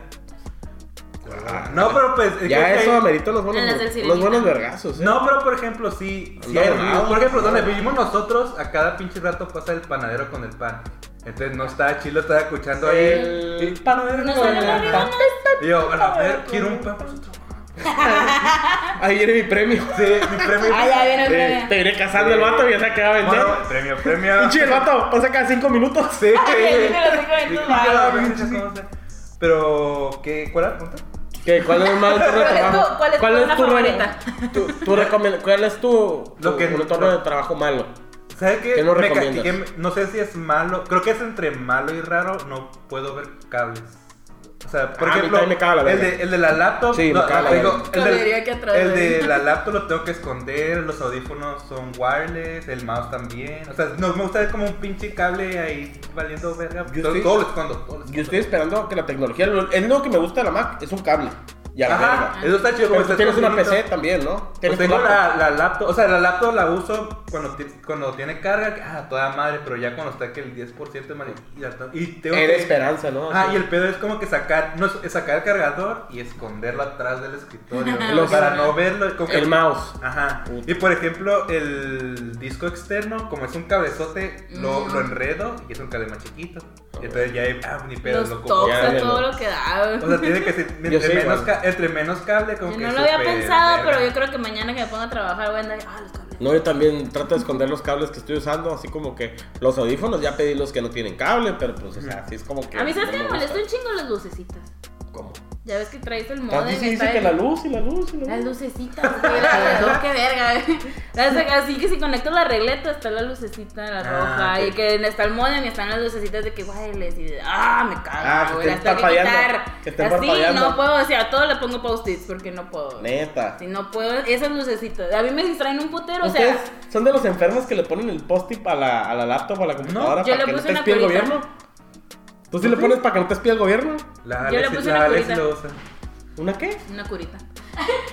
Ah. No, pero pues. Ya creo que eso hay- amerita los buenos, En las del Sirenita. los buenos vergazos, ¿eh? No, pero por ejemplo, sí. sí No, hay no, ruido. no. por ejemplo, donde vivimos nosotros, a cada pinche rato pasa el panadero con el pan. Entonces no está chilo, estaba escuchando ahí. El y- panadero No con suena la la vida, pa- Y yo, a la panadero ver, con quiero un el pan. pues, otro. Ahí viene mi premio. *laughs* Sí, mi premio. Ah, ya viene el Eh, Te premio. iré cazando el vato y ya se acaba en Bueno, chat. premio, *laughs* premio. Pinche el vato, pasa cada pues, cinco minutos. Sí. Ay, ya te lo digo en tu Sí, lado, ya, güey. pinche cosa. Pero, ¿qué? ¿Cuál era la pregunta? ¿Qué? ¿Cuál es más entorno de *laughs* ¿Cuál es tu- trabajo? cuál es tu tu favorita? tu- tu recomen- ¿Cuál es tu, Lo tu- que- un entorno lo- de trabajo malo? ¿Sabes qué? ¿Qué nos me recomiendas? castiqué, no sé si es malo, creo que es entre malo y raro, no puedo ver cables. O sea, por Ah, a mí ejemplo, también me caga la el, verga. de, el de la laptop, Sí, me no, caga la digo, verga. el, Lo del- diría que atrás el de- de la laptop lo tengo que esconder, los audífonos son wireless, el mouse también. O sea, no me gusta ver como un pinche cable ahí valiendo verga. Yo todo, estoy- todo lo escondo, todo lo Yo escondo. estoy esperando que la tecnología. lo- Es lo que me gusta de la Mac, es un cable. Y a la Ajá, verga. eso está chido. como Pero tú está tienes una escondidito. PC también, ¿no? Pues Tienes tengo un laptop. la, la laptop, o sea, la laptop la uso cuando, ti- cuando tiene carga, que, ah, toda madre, pero ya cuando está que el 10% mal, y, la to- y tengo Era que- esperanza, ¿no? Ah, Así. y el pedo es como que sacar, no, es sacar el cargador y esconderlo atrás del *laughs* escritorio Los- para no verlo. como que- El mouse. Ajá. Y por ejemplo, el disco externo, como es un cablezote, lo, Mm. lo enredo y es un cable más chiquito. Y entonces ya, hay- ah, ni pedo, Los lo ocupo. tops ya, a ya todo lo- lo que da. O sea, tiene que ser entre, soy menos, igual. ca- entre menos cable, como Yo que no lo había súper pensado, verga. pero yo creo que mañana que me ponga a trabajar voy a andar. Ah, los cables. No, yo también trato de esconder los cables que estoy usando, así como que los audífonos ya pedí los que no tienen cable, pero pues, o sea, así es como que. A mí, ¿sabes no qué me gusta. molesta un chingo las lucecitas? ¿Cómo? Ya ves que traes el modem. Tanto se está dice que el- la luz y la luz y la Las luz. lucecitas, güey, las las dos, qué verga. *laughs* güey. Las- Así que si conectas la regleta, está la lucecita la roja. Ah, ok. Y que está el modem y están las lucecitas de que wireless. Y de, ah, me cago, Ah, que güey, estén las tengo que parpadeando, quitar. que estén Así parpadeando. no puedo, o sea, a todo le pongo post-its porque no puedo. Neta. Si no puedo, esas lucecitas. A mí me distraen un putero, o sea. ¿Ustedes son de los enfermos que le ponen el post-it a la, a la laptop o a la computadora yo para le que no puse te una espíe el colita. gobierno? ¿Tú sí le pones para que no te espíe el gobierno? La Yo le Alexis- puse la una Alexis curita. lo usa. ¿Una *laughs* qué? Una curita.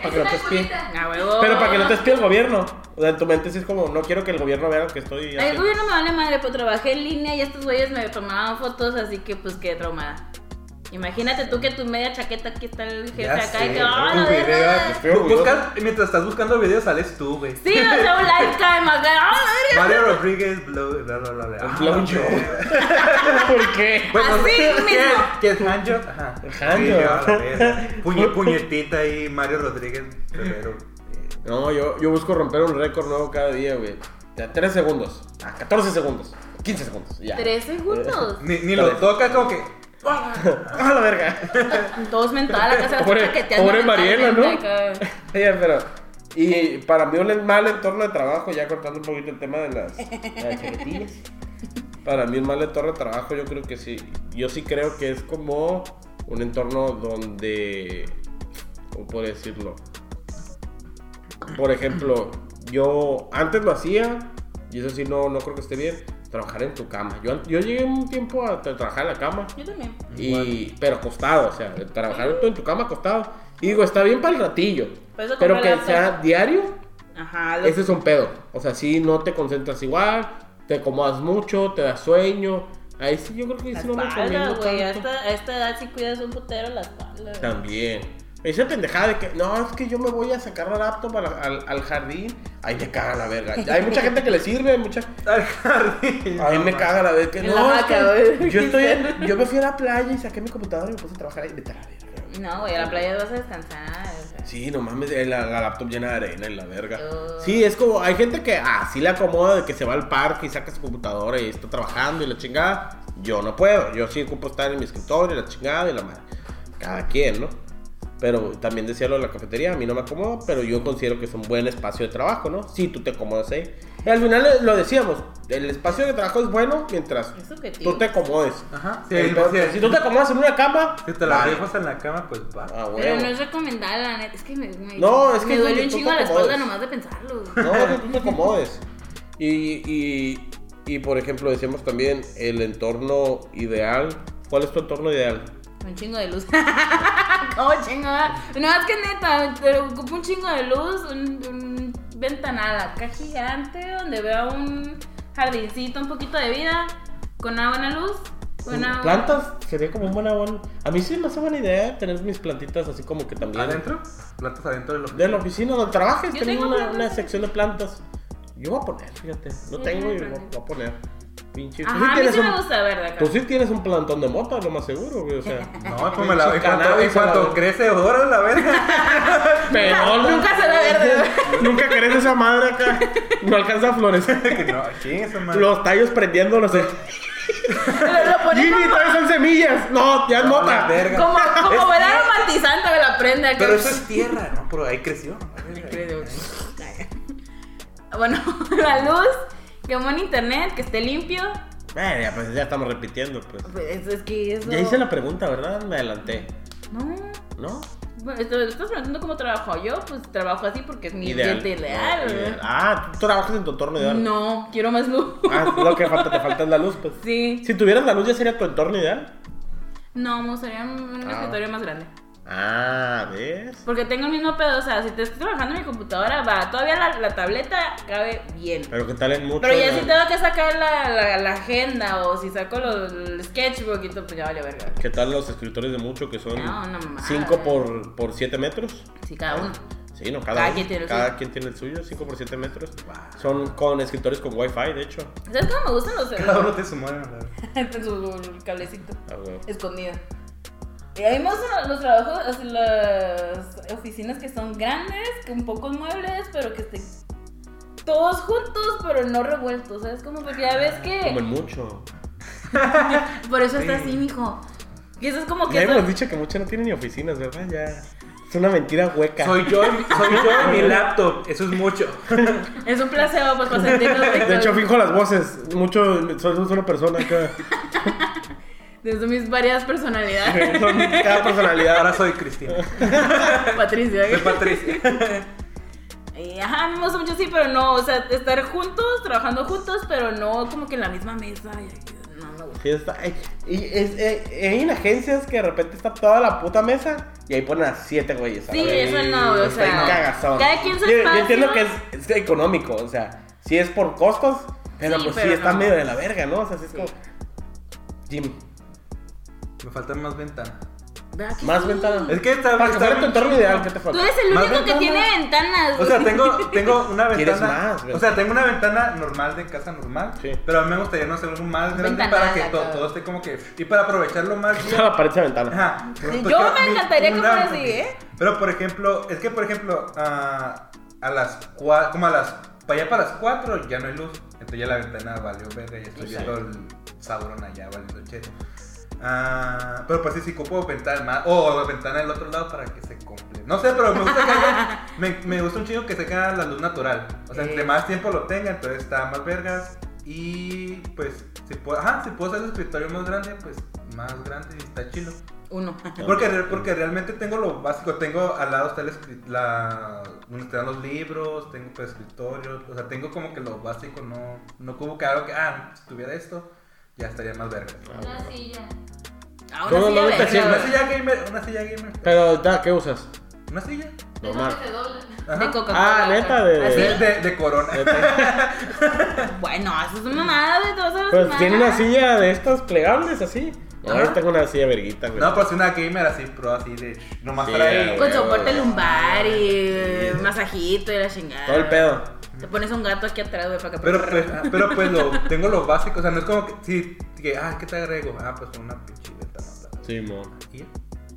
Para que Es no te una espíe. curita. A huevo. Pero para que no te espíe el gobierno. O sea, en tu mente sí es como, no quiero que el gobierno vea lo que estoy El haciendo. gobierno me vale madre, pues trabajé en línea y estos güeyes me tomaban fotos, así que pues quedé traumada. Imagínate tú que tu media chaqueta aquí está el jefe Ya acá y sé, que, ¡ah, la un video, verga! Estoy orgulloso. Buscas- mientras estás buscando videos sales tú, güey. Sí, o sea, un lifetime acá, ¡ah, la verga! Mario Rodríguez, blow, bla, bla, bla, bla. Ah, Blow *laughs* güey. job. *laughs* ¿Por qué? Bueno, Así ¿qué- mismo. ¿Qué es handjob? Ajá. Handjob. Sí, a la verga. *laughs* Puñe- puñetita ahí, Mario Rodríguez, Guerrero. No, yo, yo busco romper un récord nuevo cada día, güey. De 3 Ah, segundos, a 14 segundos, 15 segundos, ya. *laughs* *laughs* Tres segundos. Ni, ni lo toca como que. ¡Ah, la verga! Todos mentada la casa de Pobre- las que te andan pobre Mariela, ¿no? *laughs* mentalmente acá. Oye, pero. Y para mí, un mal entorno de trabajo, ya cortando un poquito el tema de las, de las chaquetillas. Para mí, un mal entorno de trabajo, yo creo que sí. Yo sí creo que es como un entorno donde. ¿Cómo puedo decirlo? Por ejemplo, yo antes lo hacía, y eso sí, no, no creo que esté bien, trabajar en tu cama. Yo, an- yo llegué un tiempo a tra- trabajar en la cama. Yo también. Y, pero acostado, o sea, trabajar tú en tu cama acostado. Y digo, está bien para el ratillo. Por eso Pero compré que laptop. sea diario, Ajá. lo- ese es un pedo. O sea, si no te concentras igual, te acomodas mucho, te da sueño. Ahí sí, yo creo que La sí no me espalda, recomiendo güey. A tanto. esta, a esta edad sí cuidas un putero la espalda. güey. También. Esa pendejada de que, no, es que yo me voy a sacar la laptop al, al- al jardín. Ahí me caga la verga. Hay mucha gente que le sirve, hay mucha. Al jardín. A mí me caga la vez que En no. la es que hamaca, güey. yo, estoy, *laughs* yo me fui a la playa y saqué mi computadora y me puse a trabajar ahí. Vete a la verga. No, güey, a la playa vas a descansar. o sea. Sí, no mames, eh, la, la laptop llena de arena y la verga. Oh. Sí, es como, hay gente que así le acomoda de que se va al parque y saca su computadora y está trabajando y la chingada. Yo no puedo, yo sí ocupo estar en mi escritorio y la chingada y la madre. Cada quien, ¿no? Pero también decía lo de la cafetería, a mí no me acomoda, pero yo considero que es un buen espacio de trabajo, ¿no? Si tú te acomodas ahí. Y al final eh, lo decíamos, el espacio de trabajo es bueno mientras Es subjetivo. tú te acomodes. Ajá. Sí, Entonces, sí. si tú te acomodas en una cama, Si te la vale. dejas en la cama, pues va. Ah, Pero bueno. no es recomendable, la neta. Es que me, me, No, es que me duele tú un te chingo la espalda acomodas. nomás de pensarlo. güey. No, que tú te acomodes. Y, y, y, por ejemplo, decíamos también el entorno ideal. ¿Cuál es tu entorno ideal? Un chingo de luz. *laughs* ¿Cómo chingo? No, es que neta, te ocupo un chingo de luz, un, un ventanal acá gigante donde veo un jardincito, un poquito de vida, con una buena luz. Una Plantas sería como un buen abono. A mí sí me hace buena idea tener mis plantitas así como que también. ¿Adentro? Plantas adentro de los. *laughs* De la oficina donde trabajes, Yo tengo tengo una, plantas. una sección de plantas. Yo voy a poner, fíjate. No Sí, tengo, hay yo voy, plantas. voy a poner. Pinche. tú sí Ajá, a mí tienes sí me un- gusta ver de acá. Tú sí tienes un plantón de mota, lo más seguro, güey. O sea. *laughs* No, pues me la en cuanto, Cannabis en cuanto a la- crece oro la verga. *laughs* Pero nunca se la verde. *laughs* Nunca querés esa madre acá. No alcanza a *laughs* florecer. que no, chingue su madre. Los tallos prendiéndolos. eh. Pero *laughs* lo pones Jimmy, todavía son semillas. No, ya es No, mota. la verga. como, como, como vela romantizante me la prende acá. Pero eso es tierra, ¿no? Pero ahí creció. Bueno, *laughs* la luz, que buen internet, que esté limpio. Eh, ya, pues ya estamos repitiendo, pues. Pues, eso es que eso. Ya hice la pregunta, ¿verdad? Me adelanté. No. ¿No? Bueno, esto- estás preguntando cómo trabajo yo, pues trabajo así porque es mi Ideal. ambiente ideal. No, ¿verdad? ideal. Ah, tú trabajas en tu entorno ideal. No, quiero más luz. Ah, lo que falta, te falta es la luz, pues. Sí. Si tuvieras la luz, ya sería tu entorno ideal. *laughs* No, me gustaría un Ah. escritorio más grande. Ah, ¿ves? Porque tengo el mismo pedo, o sea, si te estoy trabajando en mi computadora, va, todavía la, la tableta cabe bien. Pero que tal en mucho. Pero ya la- si tengo que sacar la, la, la agenda o si saco los, el sketchbook y todo, pues ya vale verga. ¿Qué tal los escritores de mucho que son No, no mames. 5 por, por 7 metros? Sí, cada Ah. uno. Sí, no, cada, Cada uno- quien tiene el cada suyo. quien tiene el suyo, 5 por 7 metros. Wow. Son con escritores con wifi, de hecho. ¿Sabes cómo me *laughs* gustan los Cada uno te su madre, la verga. con su pues, cablecito Ah, güey. escondido? Y a mí me gustan los- los trabajos, así, las oficinas que son grandes, con pocos muebles, pero que estén todos juntos, pero no revueltos, ¿sabes? Como porque ya ves Como en que... mucho. Por eso está Sí. así, mijo. Y eso es como que... Ya eso- hemos dicho que mucho no tiene ni oficinas, ¿verdad? Ya. Es una mentira hueca. Soy yo, soy yo y mi laptop. Eso es mucho. Es un placebo, *laughs* pues, para sentirnos De hecho, ricos. fijo las voces. Mucho, soy una sola persona acá. Desde mis *laughs* varias personalidades. Son *laughs* cada personalidad. Ahora soy Cristina. Patricia. Soy Patricia. Y, ajá, a mí me gusta mucho sí, pero no, o sea, estar juntos, trabajando juntos, pero no como que en la misma mesa. y aquí, no, no me gusta. Sí, está. Ay, Y es, eh, hay en agencias que de repente está toda la puta mesa y ahí ponen a siete güeyes. a Sí, ver. eso no, o Está en sea. cagazón. Cada quien su Yo- yo, espacio. entiendo que es, es económico, o sea, si es por costos, pero Sí, pues sí pero está no. medio de la verga, ¿no? O sea, sí es Sí. como. Jimmy, Me faltan más ventanas. ¿Verdad que más sí? ventanas. Es que está, Para que está fuera tu bien entorno chido. ideal, ¿qué te Tú falta? eres el ¿Más único que ventanas? tiene ventanas. O sea, tengo, tengo una ¿Quieres ventana. más, güey? o sea, tengo una ventana normal de casa normal. Sí. Pero a mí me gustaría no hacer algo más grande Ventanada, para que to- claro. todo esté como que. Y para aprovecharlo más bien. Toda la pared de ventana. Ajá. Pues, Yo pues, me quiero mi- encantaría que una- fuera así, ¿eh? Pero por ejemplo, es que por ejemplo, ah, a las 4, como a las, para allá para las 4 ya no hay luz. Entonces ya la ventana valió verga y estoy Sí. viendo el sabrón allá valiendo cheto. Ah, pero pues sí, sí, ocupo ventana más. O ventana del otro lado para que se complete. No sé, pero me gusta *laughs* que haya- me, me gusta un chingo que se caiga la luz natural. O sea, Sí. entre más tiempo lo tenga, entonces está más vergas. Y pues, si puedo, ajá, si puedo hacer el escritorio más grande, pues más grande y está chido. Uno. Porque, re- porque realmente tengo lo básico, tengo al lado está el escri- la, donde te dan los libros, tengo pues escritorio, o sea, tengo como que lo básico, no, no como que algo que, ah, si tuviera esto, ya estaría más verga. Una silla. Ah, No, una no, silla no, verga, te siento, Una güey. silla gamer, una silla gamer. Pero, da, ¿qué usas? Una silla. De Normal. esas que se doblan. Ajá. De Coca-Cola. Ah, neta, de- Así. De, de- de corona. eh, Bueno, eso es una mamada, güey. Todas esas Pues tiene una mamadas. silla de estas plegables así. No, Ajá. yo tengo una silla verguita, güey. No, pero si una gamer así, pro así de. Nomás Sí, para ahí. Con güey. soporte lumbar y eh, masajito y la chingada. Todo el pedo. Te pones un gato aquí atrás, güey, para que Pero pues, ah, pero pues lo, tengo lo básico, o sea, no es como que, sí, que, ah, ¿qué te agrego? Ah, pues una pinche ventana. Sí, mon. Y ya.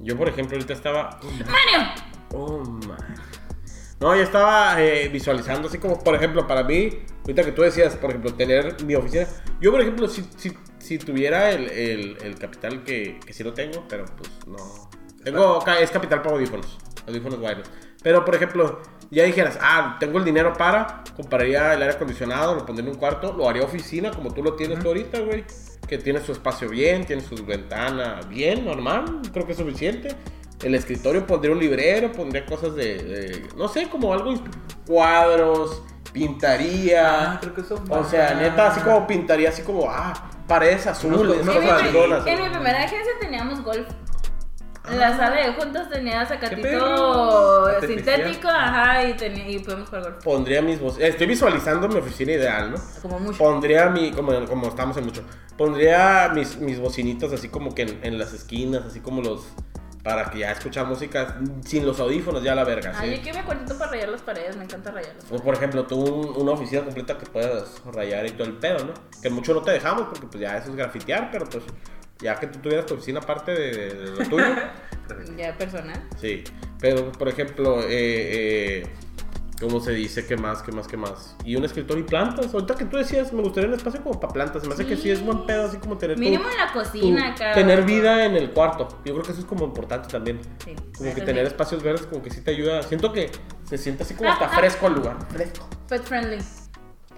Yo, por ejemplo, ahorita estaba. ¡Mario! Oh, man. No, yo estaba eh, visualizando, así como, por ejemplo, para mí, ahorita que tú decías, por ejemplo, tener mi oficina. Yo, por ejemplo, si, si, si tuviera el, el- el capital que, que sí lo tengo, pero pues no. Tengo, ca- es capital para audífonos, audífonos wireless. Pero, por ejemplo, ya dijeras, ah, tengo el dinero para, compraría el aire acondicionado, lo pondría en un cuarto, lo haría oficina, como tú lo tienes tú ahorita, güey. Que tiene su espacio bien, tiene su ventana bien, normal, creo que es suficiente. El escritorio pondría un librero, pondría cosas de, de- no sé, como algo, ins- cuadros, pintaría. Ah, creo que eso o sea, va. neta, así como pintaría, así como, ah, paredes azules, Unos- unos En mi, cosas cuadros. chingonas, en ¿no? mi primera agencia teníamos golf. En la sala de juntas tenía ¿Qué pedo? sacatito Artificial. sintético, ajá, y, teni- y podíamos jugar golf. Pondría mis voces. Estoy visualizando mi oficina ideal, ¿no? Como mucho. Pondría mi, como, como estamos en mucho, pondría mis, mis bocinitas así como que en, en las esquinas, así como los, para que ya escuchar música sin los audífonos, ya la verga, ¿sí? Ay, yo que me cuento para rayar las paredes, me encanta rayarlas. O Pues, por ejemplo, tú un- una oficina completa que puedas rayar y todo el pedo, ¿no? Que mucho no te dejamos porque pues ya eso es grafitear, pero pues ya que tú tuvieras tu oficina aparte de, de lo *laughs* tuyo, Ya personal. sí. Pero por ejemplo, eh, eh, ¿cómo se dice? ¿Qué más? ¿Qué más? ¿Qué más? Y un escritorio y plantas. Ahorita que tú decías, me gustaría un espacio como para plantas. Se me hace que sí es buen pedo, así como tener tu- Mínimo en la tu- cocina acá. tener güey. vida en el cuarto. Yo creo que eso es como importante también. Sí. Como que Eso tener sí. Ah, espacios verdes como que sí te ayuda. Siento que se siente así como hasta fresco el lugar. Fresco. Pet friendly.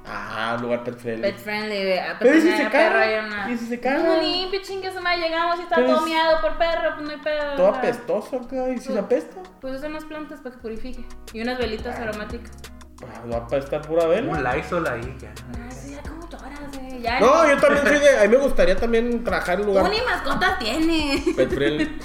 Ah, un lugar pet friendly. Pet friendly, güey. Ah, Pero ¿y si persona, se caga? perro, yo no. ¿Y si se caga? No, limpio, chingue, su madre, llegamos y está Pero todo es- miado por perro, pues no hay pedo. Todo o sea. apestoso acá. ¿Y si se apesta? Pues usan las plantas para que purifique. Y unas velitas aromáticas. Ah, va a apestar pura Un vela. Lysol ahí ya. Ah, sí, ya como lloras, eh. Ya. No, yo también soy de. A mí me gustaría también trabajar en un lugar Tú ni mascota *laughs* tiene. pet *laughs* friendly.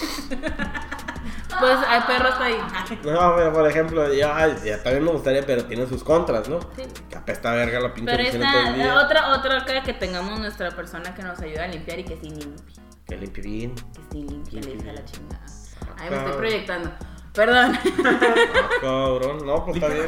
Pues hay perros ahí. No, pero por ejemplo, yo, ay, ya también me gustaría, pero tiene sus contras, ¿no? Sí. Que apesta verga la pinche Pero oficina todo el esta, día. otra, otra acá que tengamos nuestra persona que nos ayuda a limpiar y que sí limpie. Que limpie bien. Que sí limpie, le dice a la chingada. Ay, me Ah. estoy proyectando. Perdón. *laughs* Ah, cabrón, no, pues está bien.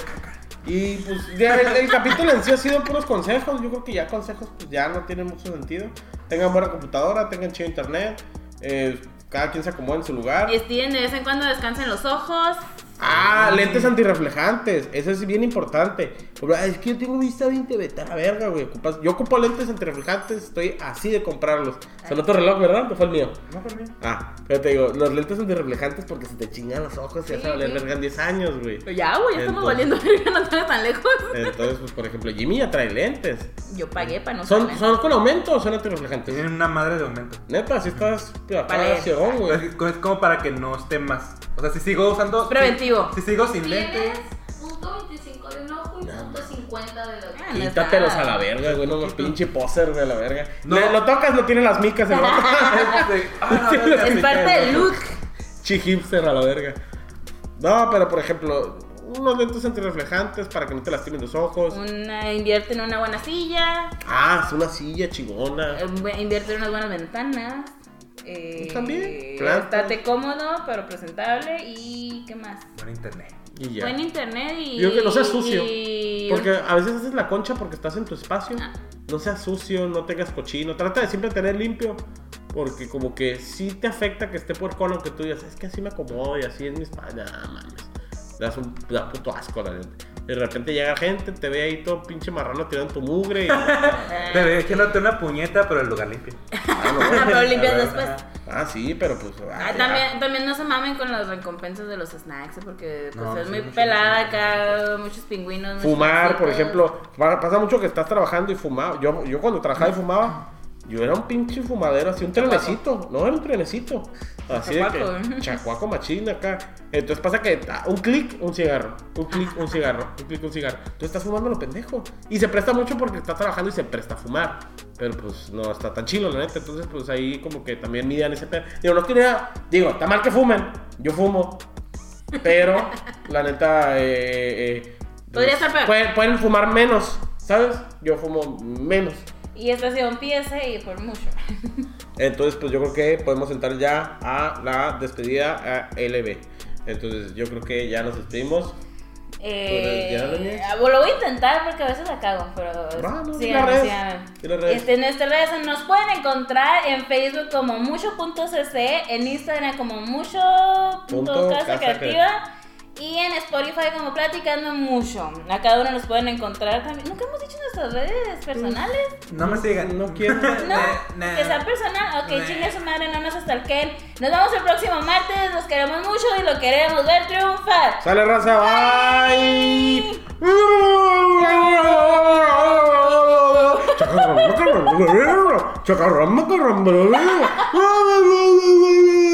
Y pues ya el, el capítulo en sí ha sido puros consejos. Yo creo que ya consejos pues ya no tienen mucho sentido. Tengan buena computadora, tengan chido internet. eh, cada quien se acomoda en su lugar. Steven de vez en cuando descansen los ojos. Ah, lentes antirreflejantes. Eso es bien importante. Pero, ay, es que yo tengo vista 20 beta, la verga, güey. ocupas- Yo ocupo lentes antirreflejantes. Estoy así de comprarlos. Ah. Sonó tu reloj, ¿verdad? ¿O fue el mío? No, por mí. Ah, pero te digo, los lentes antirreflejantes porque se te chingan los ojos y ya Sí, se va a valer güey. verga en 10 años, güey. Pero ya, güey, estamos Entonces- volviendo verga, no estamos tan lejos. Entonces, pues por ejemplo, Jimmy ya trae lentes. Yo pagué para no ¿Son, saber. son con aumento o son antirreflejantes? Tienen una madre de aumento. Neta, si estás Vale. acá ciegón, Es, oh, güey. es como para que no esté más. O sea, si sigo usando. Preventivo. Si, si sigo sin *laughs* Tienes lentes. punto 25 de un ojo y punto 50 del otro. Ah, no es Quítatelos nada. a la verga, güey. No, pinche poser, güey, a la verga. No. Le- lo tocas, no tiene las micas, *laughs* el vato. Sí. Ah, la verga, Es me parte cae, del ¿no? look. Chi hipster a la verga. No, pero por ejemplo, unos lentes antirreflejantes para que no te lastimen los ojos. Una, invierte en una buena silla. Ah, es una silla chingona. eh, bu- Invierte en unas buenas ventanas. Eh, También, claro. Estate cómodo, pero presentable. ¿Y qué más? Buen internet. Y ya. Buen internet y. Yo que no sea sucio. y- Porque a veces haces la concha porque estás en tu espacio. Ah. No seas sucio, no tengas cochino. Trata de siempre tener limpio. Porque como que sí te afecta que esté por cono que tú digas, es que así me acomodo y así es mi espacio. Nah, mames. Das un da puto asco, la neta. De repente llega gente, te ve ahí todo pinche marrano tirando tu mugre. Y, Ah, *laughs* Te veo echándote una puñeta, pero en lugar limpio. Ah, no, pero güey. limpias A ver, después. ajá. Ah, sí, pero pues. Ah, ah, también, también no se mamen con las recompensas de los snacks, porque pues, No, es sí, muy mucho- pelada acá, muchos pingüinos. muchos Fumar, por pancitos. ejemplo. pa- Pasa mucho que estás trabajando y fumaba. Yo, yo cuando trabajaba y fumaba, yo era un pinche fumadero, así un trenecito. No, era un trenecito. Así de que. Chacuaco. Chacuaco machín acá. Entonces pasa que ah, un clic, un cigarro. Un clic, un cigarro. Un clic, un cigarro. Tú estás fumando lo pendejo. Y se presta mucho porque estás trabajando y se presta a fumar. Pero pues no está tan chilo, la neta. Entonces, pues ahí como que también midan ese pedo. Digo, no quería. Digo, está mal que fumen. Yo fumo. Pero, la neta, eh, eh, Podría ser peor. Pueden, pueden fumar menos, ¿sabes? Yo fumo menos. Y estación pieza y por mucho. *laughs* Entonces, pues yo creo que podemos entrar ya a la despedida a LB. Entonces, yo creo que ya nos despedimos. Pues, Eh, ¿Tú eres Diana Núñez? ah, bueno, lo voy a intentar porque a veces la cago, pero Va, no, sí, di las redes, di las redes. Este, en nuestras redes nos pueden encontrar en Facebook como mucho.cc, en Instagram como mucho punto Punto casa Casa creativa y en Spotify como platicando mucho. A cada uno nos pueden encontrar también. Nunca hemos dicho nuestras Pues, redes personales. No me sigan. No quiero. No, nah. que sea personal. Ok, Nah. chingue su madre, no nos stalkeen. Nos vemos el próximo martes. Los queremos mucho y lo queremos ver triunfar. Sale raza, bye. *laughs*